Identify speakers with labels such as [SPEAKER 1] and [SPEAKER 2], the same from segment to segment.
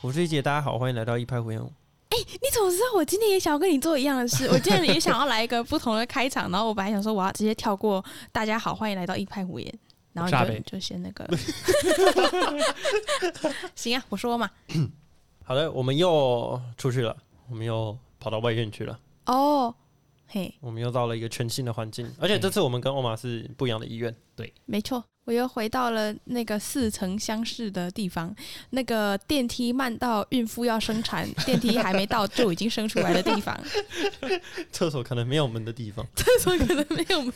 [SPEAKER 1] 我是一姐，大家好，欢迎来到一拍胡言。
[SPEAKER 2] 你怎么知道我今天也想要跟你做一样的事？ 我今天也想要来一个不同的开场，然后我本来想说我要直接跳过“大家好，欢迎来到一派胡言”，然后
[SPEAKER 1] 炸
[SPEAKER 2] 你
[SPEAKER 1] 呗
[SPEAKER 2] 就就先那个，行啊，我说嘛。
[SPEAKER 1] 好的，我们又出去了，我们又跑到外院去了，
[SPEAKER 2] 哦，嘿，
[SPEAKER 1] 我们又到了一个全新的环境，而且这次我们跟欧玛是不一样的医院。
[SPEAKER 2] 没错，我又回到了那个似曾相识的地方，那个电梯慢到孕妇要生产，电梯还没到就已经生出来的地方。
[SPEAKER 1] 厕所可能没有门的地方。
[SPEAKER 2] 厕所可能没有门，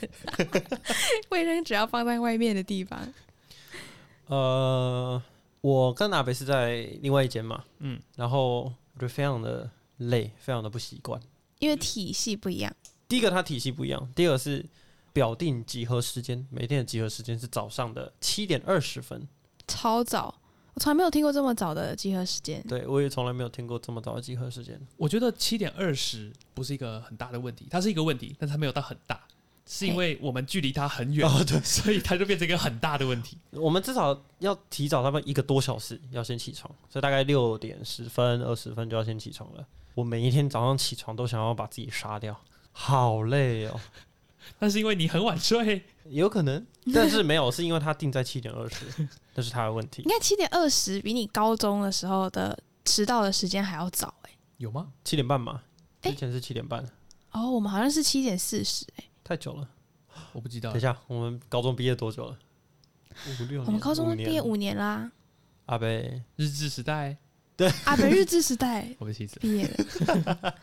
[SPEAKER 2] 卫生纸要放在外面的地方。
[SPEAKER 1] 呃，我跟阿北是在另外一间嘛，
[SPEAKER 3] 嗯，
[SPEAKER 1] 然后我觉得非常的累，非常的不习惯。
[SPEAKER 2] 因为体系不一样，
[SPEAKER 1] 第一个，它体系不一样；第二个是表定集合时间，每天的集合时间是早上的七点二十分。
[SPEAKER 2] 超早，我从来没有听过这么早的集合时间。
[SPEAKER 1] 对我也从来没有听过这么早的集合时间。
[SPEAKER 3] 我觉得七点二十不是一个很大的问题，它是一个问题，但它没有到很大，是因为我们距离它很远，
[SPEAKER 1] 哦对
[SPEAKER 3] 所以它就变成一个很大的问题。
[SPEAKER 1] 我们至少要提早他们一个多小时，要先起床，所以大概六点十分、二十分就要先起床了。我每一天早上起床都想要把自己杀掉，好累哦。
[SPEAKER 3] 那是因为你很晚睡，
[SPEAKER 1] 有可能，但是没有，是因为他定在七点二十，这是他的问题
[SPEAKER 2] 你。看七点二十比你高中的时候的迟到的时间还要早哎、
[SPEAKER 3] 有吗？
[SPEAKER 1] 七点半嘛，
[SPEAKER 2] 哎
[SPEAKER 1] 之前是七点半，
[SPEAKER 2] 哦，我们好像是七点四十哎，
[SPEAKER 1] 太久了。
[SPEAKER 3] 我不知道
[SPEAKER 1] 等一。下，我们高中毕业多久了？啊五六年。
[SPEAKER 2] 我们高中
[SPEAKER 1] 年
[SPEAKER 2] 毕业。五年啦，
[SPEAKER 1] 阿贝，
[SPEAKER 3] 日治时代，
[SPEAKER 2] 啊，本日治 时代
[SPEAKER 3] 我们其实
[SPEAKER 2] 毕业的，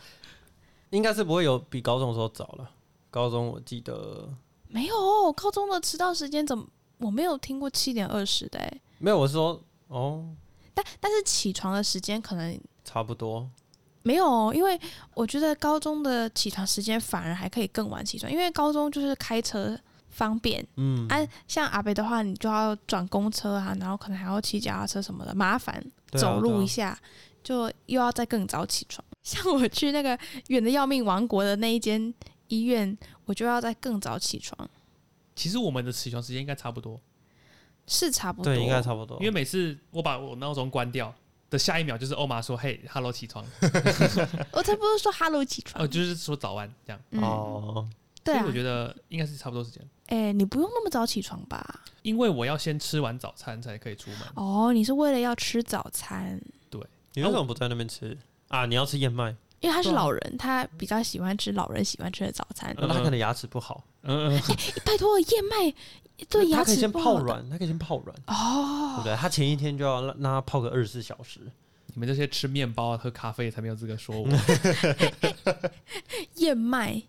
[SPEAKER 1] 应该是不会有比高中的时候早了。高中我记得
[SPEAKER 2] 没有哦，高中的迟到时间怎么我没有听过七点二十的哎、
[SPEAKER 1] 没有，我是说哦，
[SPEAKER 2] 但但是起床的时间可能
[SPEAKER 1] 差不多。
[SPEAKER 2] 没有哦，因为我觉得高中的起床时间反而还可以更晚起床，因为高中就是开车方便。
[SPEAKER 1] 嗯，
[SPEAKER 2] 啊，像阿北的话，你就要转公车啊，然后可能还要骑脚踏车什么的，麻烦。
[SPEAKER 1] 对啊
[SPEAKER 2] 走路一。
[SPEAKER 1] 对啊
[SPEAKER 2] 下，就又要再更早起床。 像我去那个远的要命王国的那一间医院，我就要再更早起床，
[SPEAKER 3] 其实我们的起床时间应该差不多，
[SPEAKER 2] 是差不多。
[SPEAKER 1] 对，应该差不多。
[SPEAKER 3] 因为每次我把我闹钟关掉的下一秒就是欧玛说：“嘿，hello，起床。
[SPEAKER 2] 我才不是说 “hello” 起” 床
[SPEAKER 3] 呃，，就是说早安这样。
[SPEAKER 2] 嗯，
[SPEAKER 1] 哦，
[SPEAKER 2] 对
[SPEAKER 3] 所
[SPEAKER 2] 啊
[SPEAKER 3] 以我，觉得应该是差不多时间，
[SPEAKER 2] 哎、你不用那么早起床吧？
[SPEAKER 3] 因为我要先吃完早餐才可以出门。
[SPEAKER 2] 哦，你是为了要吃早餐，
[SPEAKER 1] 你为什么不在那边吃啊？你要吃燕麦，
[SPEAKER 2] 因为他是
[SPEAKER 3] 对啊
[SPEAKER 2] 老人，他比较喜欢吃老人喜欢吃的早餐。
[SPEAKER 1] 哦那他可能牙齿不好，
[SPEAKER 3] 嗯，嗯
[SPEAKER 2] 拜托，燕麦对
[SPEAKER 1] 他
[SPEAKER 2] 牙
[SPEAKER 1] 可以
[SPEAKER 2] 齿
[SPEAKER 1] 先
[SPEAKER 2] 不好
[SPEAKER 1] 泡
[SPEAKER 2] 的
[SPEAKER 1] 软，他可以先泡软，对不
[SPEAKER 2] 哦。
[SPEAKER 1] 对？他前一天就要让让他泡个二十四小时。
[SPEAKER 3] 你们这些吃面包、啊喝咖啡才没有资格说 我。
[SPEAKER 2] 燕麦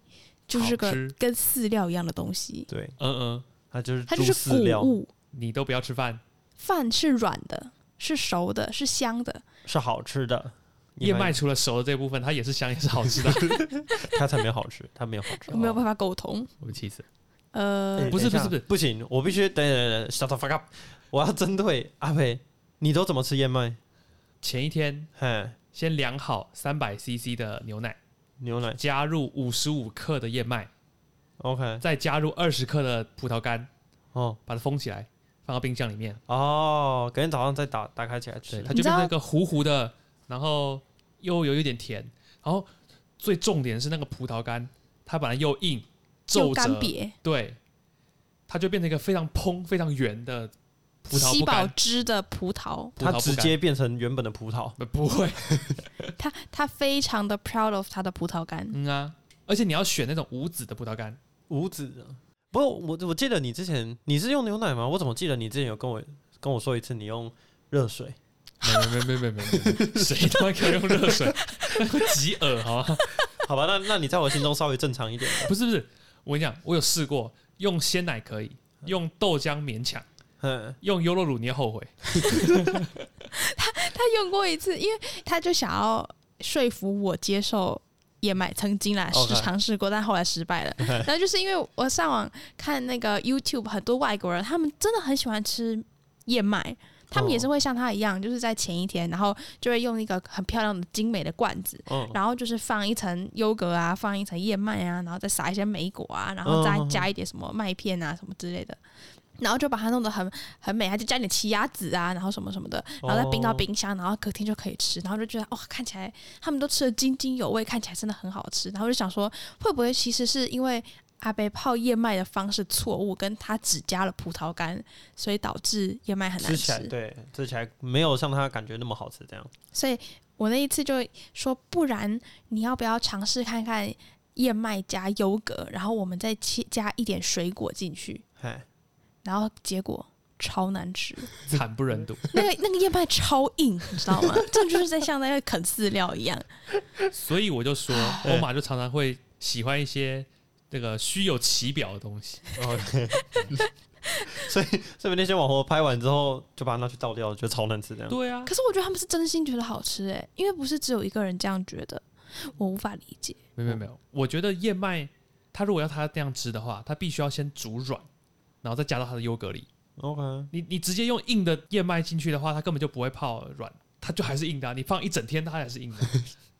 [SPEAKER 2] 就是
[SPEAKER 3] 好
[SPEAKER 2] 个
[SPEAKER 3] 吃
[SPEAKER 2] 跟饲料一样的东西，
[SPEAKER 1] 对，
[SPEAKER 3] 嗯嗯，
[SPEAKER 1] 他就是
[SPEAKER 2] 它
[SPEAKER 1] 猪
[SPEAKER 2] 就是谷
[SPEAKER 1] 饲料，
[SPEAKER 2] 物。
[SPEAKER 3] 你都不要吃饭，
[SPEAKER 2] 饭是软的，是熟的，是香的。
[SPEAKER 1] 是好吃的。
[SPEAKER 3] 燕麦除了熟的这部分，它也是香，也是好吃的。
[SPEAKER 1] 它才没有好吃，它没有好吃。
[SPEAKER 2] 我没
[SPEAKER 3] 哦
[SPEAKER 2] 有办法沟通。
[SPEAKER 3] 我们气死，
[SPEAKER 2] 呃，
[SPEAKER 3] 不是
[SPEAKER 1] 等一下
[SPEAKER 3] 不是不是
[SPEAKER 1] 不行，我必须等等等等，shut the fuck up！我要针对阿培，你都怎么吃燕麦？
[SPEAKER 3] 前一天
[SPEAKER 1] 嘿，
[SPEAKER 3] 先量好三百 CC 的牛奶，
[SPEAKER 1] 牛奶
[SPEAKER 3] 加入五十五克的燕麦，
[SPEAKER 1] ，OK，
[SPEAKER 3] 再加入二十克的葡萄干，
[SPEAKER 1] 哦
[SPEAKER 3] 把它封起来，放到冰箱里面，
[SPEAKER 1] 哦，隔天早上再打打开起来
[SPEAKER 3] 对，
[SPEAKER 1] 吃
[SPEAKER 3] 它。
[SPEAKER 2] 你知
[SPEAKER 3] 就变
[SPEAKER 2] 道
[SPEAKER 3] 成一个糊糊的，然后又有一点甜，然后最重点是那个葡萄干，它本来又硬皱
[SPEAKER 2] 就干
[SPEAKER 3] 褶，
[SPEAKER 2] 瘪，
[SPEAKER 3] 对，它就变成一个非常蓬、非常圆的葡萄
[SPEAKER 2] 吸
[SPEAKER 3] 不
[SPEAKER 2] 饱
[SPEAKER 3] 干，
[SPEAKER 2] 汁的葡萄，
[SPEAKER 3] 葡萄
[SPEAKER 1] 它
[SPEAKER 3] 不
[SPEAKER 1] 直
[SPEAKER 3] 干
[SPEAKER 1] 接变成原本的葡萄，
[SPEAKER 3] 不不会，
[SPEAKER 2] 他他非常的 proud of 他的葡萄干。
[SPEAKER 3] 嗯啊，而且你要选那种无籽的葡萄干，
[SPEAKER 1] 无籽的。不过我我记得你之前你是用牛奶吗？我怎么记得你之前有跟我跟我说一次你用热水？
[SPEAKER 3] 没没没没没没，谁他妈可以用热水？那会极恶好吗？
[SPEAKER 1] 好吧，那那你在我心中稍微正常一点。
[SPEAKER 3] 不是不是，我跟你讲，我有试过用鲜奶可以，用豆浆勉强，
[SPEAKER 1] 嗯，
[SPEAKER 3] 用优酪乳你也后悔。
[SPEAKER 2] 他用过一次，因为他就想要说服我接受燕麦，曾经啦试
[SPEAKER 1] OK
[SPEAKER 2] 尝试过，但后来失败了。然后就是因为我上网看那个 YouTube，很多外国人他们真的很喜欢吃燕麦。他们也是会像他一样，就是在前一天，然后就会用一个很漂亮的精美的罐子，
[SPEAKER 1] 嗯，
[SPEAKER 2] 然后就是放一层优格啊，放一层燕麦啊，然后再撒一些莓果啊，然后再
[SPEAKER 1] 嗯嗯嗯
[SPEAKER 2] 加一点什么麦片啊什么之类的。然后就把它弄得很很美，还就加点奇亚籽啊，然后什么什么的，
[SPEAKER 1] 哦
[SPEAKER 2] 然后再冰到冰箱，然后隔啊天就可以吃，然后就觉得哦，看起来他们都吃的津津有味，看起来真的很好吃，然后就想说会不会其实是因为阿北泡燕麦的方式错误，跟他只加了葡萄干，所以导致燕麦很难
[SPEAKER 1] 吃起来对，吃起来没有像它感觉那么好吃这样。
[SPEAKER 2] 所以我那一次就说，不然你要不要尝试看看燕麦加优格，然后我们再切加一点水果进去，
[SPEAKER 1] 嗨，
[SPEAKER 2] 然后结果超难吃，
[SPEAKER 3] 惨不忍睹。
[SPEAKER 2] 那个那个燕麦超硬，你知道吗？这就是在像在啃饲料一样。
[SPEAKER 3] 所以我就说，欧玛就常常会喜欢一些那个虚有其表的东西。
[SPEAKER 1] 哦，所以所以那些网红拍完之后，就把它拿去倒掉，就超难吃这样。
[SPEAKER 3] 对啊，
[SPEAKER 2] 可是我觉得他们是真心觉得好吃诶、因为不是只有一个人这样觉得，我无法理解。
[SPEAKER 3] 没有没有没有，我觉得燕麦它如果要它这样吃的话，它必须要先煮软，然后再加到它的优格里。
[SPEAKER 1] OK，哦
[SPEAKER 3] 你你直接用硬的燕麦进去的话，它根本就不会泡软，它就还是硬的啊、你放一整天，它还是 硬的，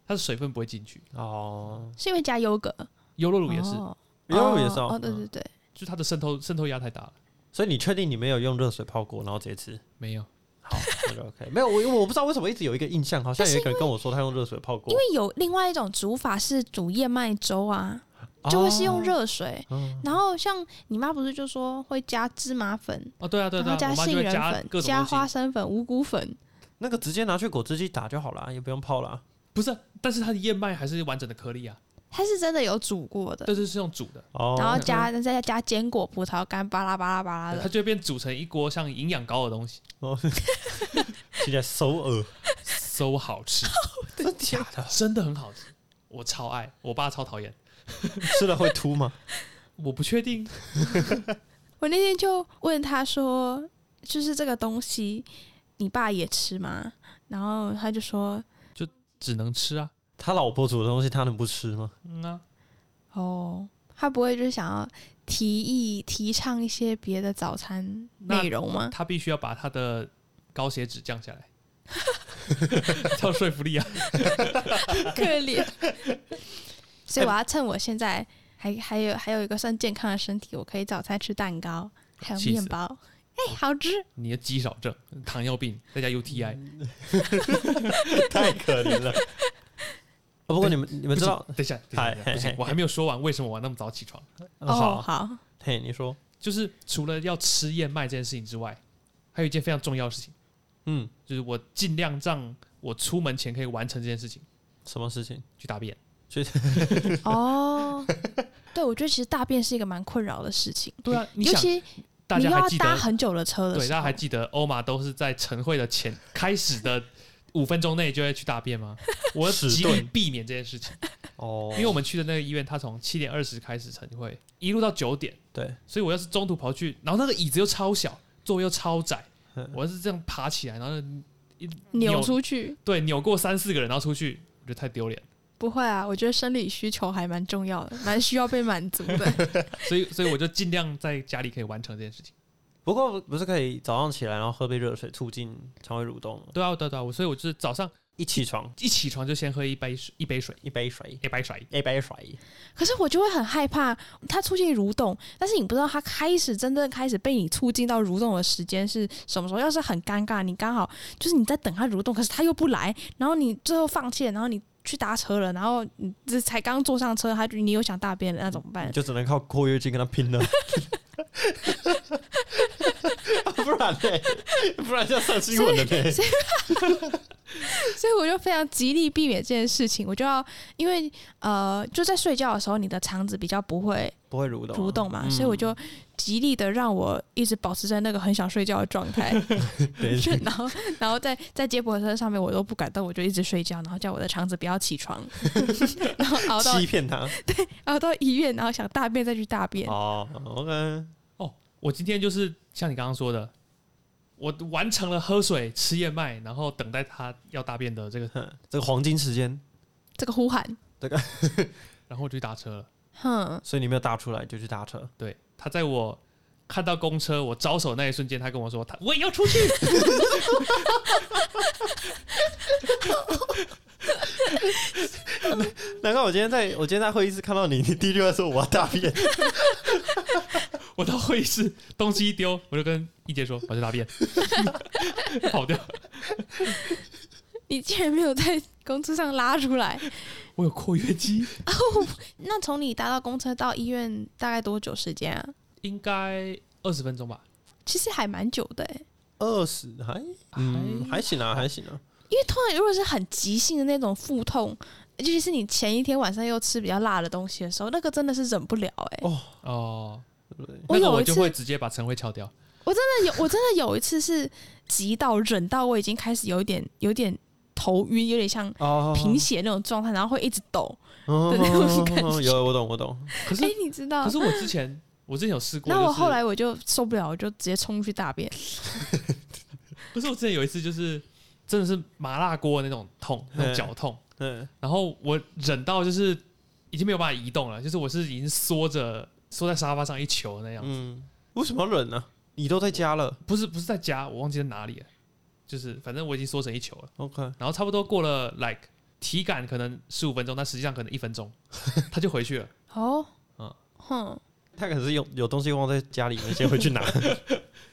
[SPEAKER 3] 它的水分不会进去。
[SPEAKER 1] 哦，
[SPEAKER 2] 是因为加优格，
[SPEAKER 3] 优酪乳也是，
[SPEAKER 2] 哦
[SPEAKER 1] 因为我也是
[SPEAKER 2] 哦
[SPEAKER 1] 哦，
[SPEAKER 2] 对对
[SPEAKER 1] 嗯
[SPEAKER 2] 对，
[SPEAKER 3] 就它的渗透渗透压太大了。
[SPEAKER 1] 所以你确定你没有用热水泡过，然后直接吃？
[SPEAKER 3] 没有，
[SPEAKER 1] 好，那就 OK。没有，我因为我不知道为什么一直有一个印象，好像有一个人跟我说他用热水泡过，
[SPEAKER 2] 因为有另外一种煮法是煮燕麦粥啊，
[SPEAKER 3] 哦
[SPEAKER 2] 就会是用热水。
[SPEAKER 1] 哦。
[SPEAKER 2] 然后像你妈不是就说会加芝麻粉，
[SPEAKER 3] 哦，对啊，对啊，对
[SPEAKER 2] 然后
[SPEAKER 3] 啊，我妈就
[SPEAKER 2] 杏
[SPEAKER 3] 会
[SPEAKER 2] 仁
[SPEAKER 3] 加
[SPEAKER 2] 粉、
[SPEAKER 3] 各种
[SPEAKER 2] 加
[SPEAKER 3] 东西
[SPEAKER 2] 花，生粉、五谷粉，
[SPEAKER 1] 那个直接拿去果汁机打就好啦，也不用泡啦。
[SPEAKER 3] 不是，但是它的燕麦还是完整的颗粒啊，
[SPEAKER 2] 它是真的有煮过的，
[SPEAKER 3] 但是是用煮的，
[SPEAKER 1] 哦，
[SPEAKER 2] 然后加再加坚果、葡萄干，巴拉巴拉巴拉
[SPEAKER 3] 它
[SPEAKER 2] 的。
[SPEAKER 3] 就会变煮成一锅像营养膏的 东西
[SPEAKER 1] 听起来手耳，
[SPEAKER 3] ，so 好吃，
[SPEAKER 1] 真的假的？
[SPEAKER 3] 真的很好吃，我超爱，我爸超讨厌，
[SPEAKER 1] 吃了会吐吗？
[SPEAKER 3] 我不确定，
[SPEAKER 2] 我那天就问他说，就是这个东西，你爸也吃吗？然后他就说，
[SPEAKER 3] 只能吃啊，
[SPEAKER 1] 他老婆煮的东西他能不吃 吗？
[SPEAKER 3] 嗯啊，
[SPEAKER 2] 哦，他不会就是想要提议提倡一些别的早餐
[SPEAKER 3] 那
[SPEAKER 2] 内容吗？
[SPEAKER 3] 他必须要把他的高血脂降 下来，超有说服力啊，
[SPEAKER 2] 可 怜。所以我要趁我现在还还有还有一个算健康的身体，我可以早餐吃蛋糕，还有
[SPEAKER 3] 哦气死
[SPEAKER 2] 面包，哎、好吃。
[SPEAKER 3] 你的肌少症、糖尿病再加 UTI，
[SPEAKER 1] 太可怜了。啊不过你们你们知道，
[SPEAKER 3] 不行等一下，等一下，
[SPEAKER 1] 嗨
[SPEAKER 3] 等一下不行
[SPEAKER 1] 嗨，
[SPEAKER 3] 我还没有说完为什么我那么早起床，
[SPEAKER 1] 哦
[SPEAKER 2] 哦，
[SPEAKER 1] 好，
[SPEAKER 2] 好，
[SPEAKER 1] 嘿，你说，
[SPEAKER 3] 就是除了要吃燕麦这件事情之外，还有一件非常重要的事情，
[SPEAKER 1] 嗯，
[SPEAKER 3] 就是我尽量让我出门前可以完成这件事情，
[SPEAKER 1] 什么事情？
[SPEAKER 3] 去大便。
[SPEAKER 2] 哦，对，我觉得其实大便是一个蛮困扰的事情，
[SPEAKER 3] 对啊，你
[SPEAKER 2] 尤
[SPEAKER 3] 想
[SPEAKER 2] 其
[SPEAKER 3] 大
[SPEAKER 2] 你
[SPEAKER 3] 家
[SPEAKER 2] 又
[SPEAKER 3] 还
[SPEAKER 2] 要
[SPEAKER 3] 记
[SPEAKER 2] 搭
[SPEAKER 3] 得，
[SPEAKER 2] 很久的车的
[SPEAKER 3] 对，
[SPEAKER 2] 时
[SPEAKER 3] 大家
[SPEAKER 2] 候
[SPEAKER 3] 还，记得欧玛都是在晨会的前开始的五分钟内就会去大便吗？我
[SPEAKER 1] 迟
[SPEAKER 3] 极力
[SPEAKER 1] 钝
[SPEAKER 3] 避免这件事情，
[SPEAKER 1] 哦，
[SPEAKER 3] 因为我们去的那个医院，它从七点二十开始晨会，一路到九点，
[SPEAKER 1] 对，
[SPEAKER 3] 所以我要是中途跑去，然后那个椅子又超小，座位又超窄
[SPEAKER 1] 嗯，
[SPEAKER 3] 我要是这样爬起来，然后
[SPEAKER 2] 扭
[SPEAKER 3] 扭
[SPEAKER 2] 出去
[SPEAKER 3] 对扭过三四个人，然后出去，我觉得太丢脸。
[SPEAKER 2] 不会啊，我觉得生理需求还蛮重要的，蛮需要被满足的。
[SPEAKER 3] 所以，所以我就尽量在家里可以完成这件事情。
[SPEAKER 1] 不过不是可以早上起来然后喝杯热水促进肠胃蠕动吗？
[SPEAKER 3] 对啊，对啊对啊，我所以我就是早上
[SPEAKER 1] 一起床
[SPEAKER 3] 一起床就先喝一杯水，一杯水，
[SPEAKER 1] 一杯水，
[SPEAKER 3] 一杯水。
[SPEAKER 1] 一杯水，
[SPEAKER 2] 可是我就会很害怕它促进蠕动，但是你不知道它开始真正开始被你促进到蠕动的时间是什么时候。要是很尴尬，你刚好就是你在等它蠕动，可是它又不来，然后你最后放弃了，然后你去搭车了，然后你这才刚坐上车，它就你又想大便了，那怎么办
[SPEAKER 1] 你？就只能靠括约筋跟他拼了。
[SPEAKER 2] 哎
[SPEAKER 1] 啊不然呢？不然就上新闻了呢。
[SPEAKER 2] 所以我就非常极力避免这件事情，我就要因为呃就在睡觉的时候，你的肠子比较不会
[SPEAKER 1] 不会蠕动啊，
[SPEAKER 2] 蠕动嘛，所以我就极力的让我一直保持在那个很想睡觉的状态，
[SPEAKER 1] 对
[SPEAKER 2] 就 然后然后在在接驳车上面我都不敢动，我就一直睡觉，然后叫我的肠子不要起 床，然 后熬到
[SPEAKER 1] 欺骗他。
[SPEAKER 2] 熬到医院，然后想大便再去大便。
[SPEAKER 1] 哦，OK，
[SPEAKER 3] 哦，我今天就是像你刚刚说的，我完成了喝水、吃燕麦，然后等待他要大便 的这个，
[SPEAKER 1] 哼这个黄金时间，
[SPEAKER 2] 这个呼喊，
[SPEAKER 3] 然后我就去打车了。
[SPEAKER 2] 哼，
[SPEAKER 1] 所以你没有搭出来就去搭车。
[SPEAKER 3] 对，他在我看到公车我招手那一瞬间，他跟我说他我也要出去。
[SPEAKER 1] 难怪我今天在我今天在会议室看到你，你第一句话说我要大便，
[SPEAKER 3] 我到会议室东西一丢，我就跟一杰说我去大便， 跑掉。
[SPEAKER 2] 你竟然没有在公车上拉出来？
[SPEAKER 3] 我有括约肌，
[SPEAKER 2] 那从你搭到公车到医院大概多久时间啊？
[SPEAKER 3] 应该二十分钟吧。
[SPEAKER 2] 其实还蛮久的、欸，
[SPEAKER 1] 二十还嗯还行啊，还行啊。
[SPEAKER 2] 因为通常如果是很急性的那种腹痛，尤其是你前一天晚上又吃比较辣的东西的时候，那个真的是忍不了、欸。哎、
[SPEAKER 1] 哦，
[SPEAKER 3] 哦，
[SPEAKER 1] 对
[SPEAKER 2] 我
[SPEAKER 3] 那个
[SPEAKER 2] 有
[SPEAKER 3] 我
[SPEAKER 2] 一
[SPEAKER 3] 就
[SPEAKER 2] 次
[SPEAKER 3] 会直接把晨会敲掉。
[SPEAKER 2] 我真的有，我真的有一次是急到忍到我已经开始有一点有点头晕，有点像
[SPEAKER 1] 哦
[SPEAKER 2] 贫血那种状态，然后会一直抖。
[SPEAKER 1] 哦
[SPEAKER 2] 的那种感觉
[SPEAKER 1] 有我懂我懂，
[SPEAKER 3] 可是
[SPEAKER 2] 哎、你知道
[SPEAKER 3] 可？是我之前我之前有试过，
[SPEAKER 2] 那
[SPEAKER 3] 就
[SPEAKER 2] 我
[SPEAKER 3] 是
[SPEAKER 2] 后来我就受不了，我就直接冲去大便。
[SPEAKER 3] 不是我之前有一次就是真的是麻辣锅那种痛，那种
[SPEAKER 1] 嗯
[SPEAKER 3] 绞痛，
[SPEAKER 1] 嗯
[SPEAKER 3] 然后我忍到就是已经没有办法移动了，就是我是已经缩着缩在沙发上一球那样，
[SPEAKER 1] 嗯，为什么要忍呢？你都在家了
[SPEAKER 3] 不是不是在家，我忘记在哪里了，就是反正我已经缩成一球了，
[SPEAKER 1] ，OK，
[SPEAKER 3] 然后差不多过了 like 体感可能十五分钟，但实际上可能一分钟，他就回去了。
[SPEAKER 2] 哦，
[SPEAKER 3] 嗯
[SPEAKER 2] 哼，
[SPEAKER 1] 他可能是有有东西忘在家里面，先 回去拿。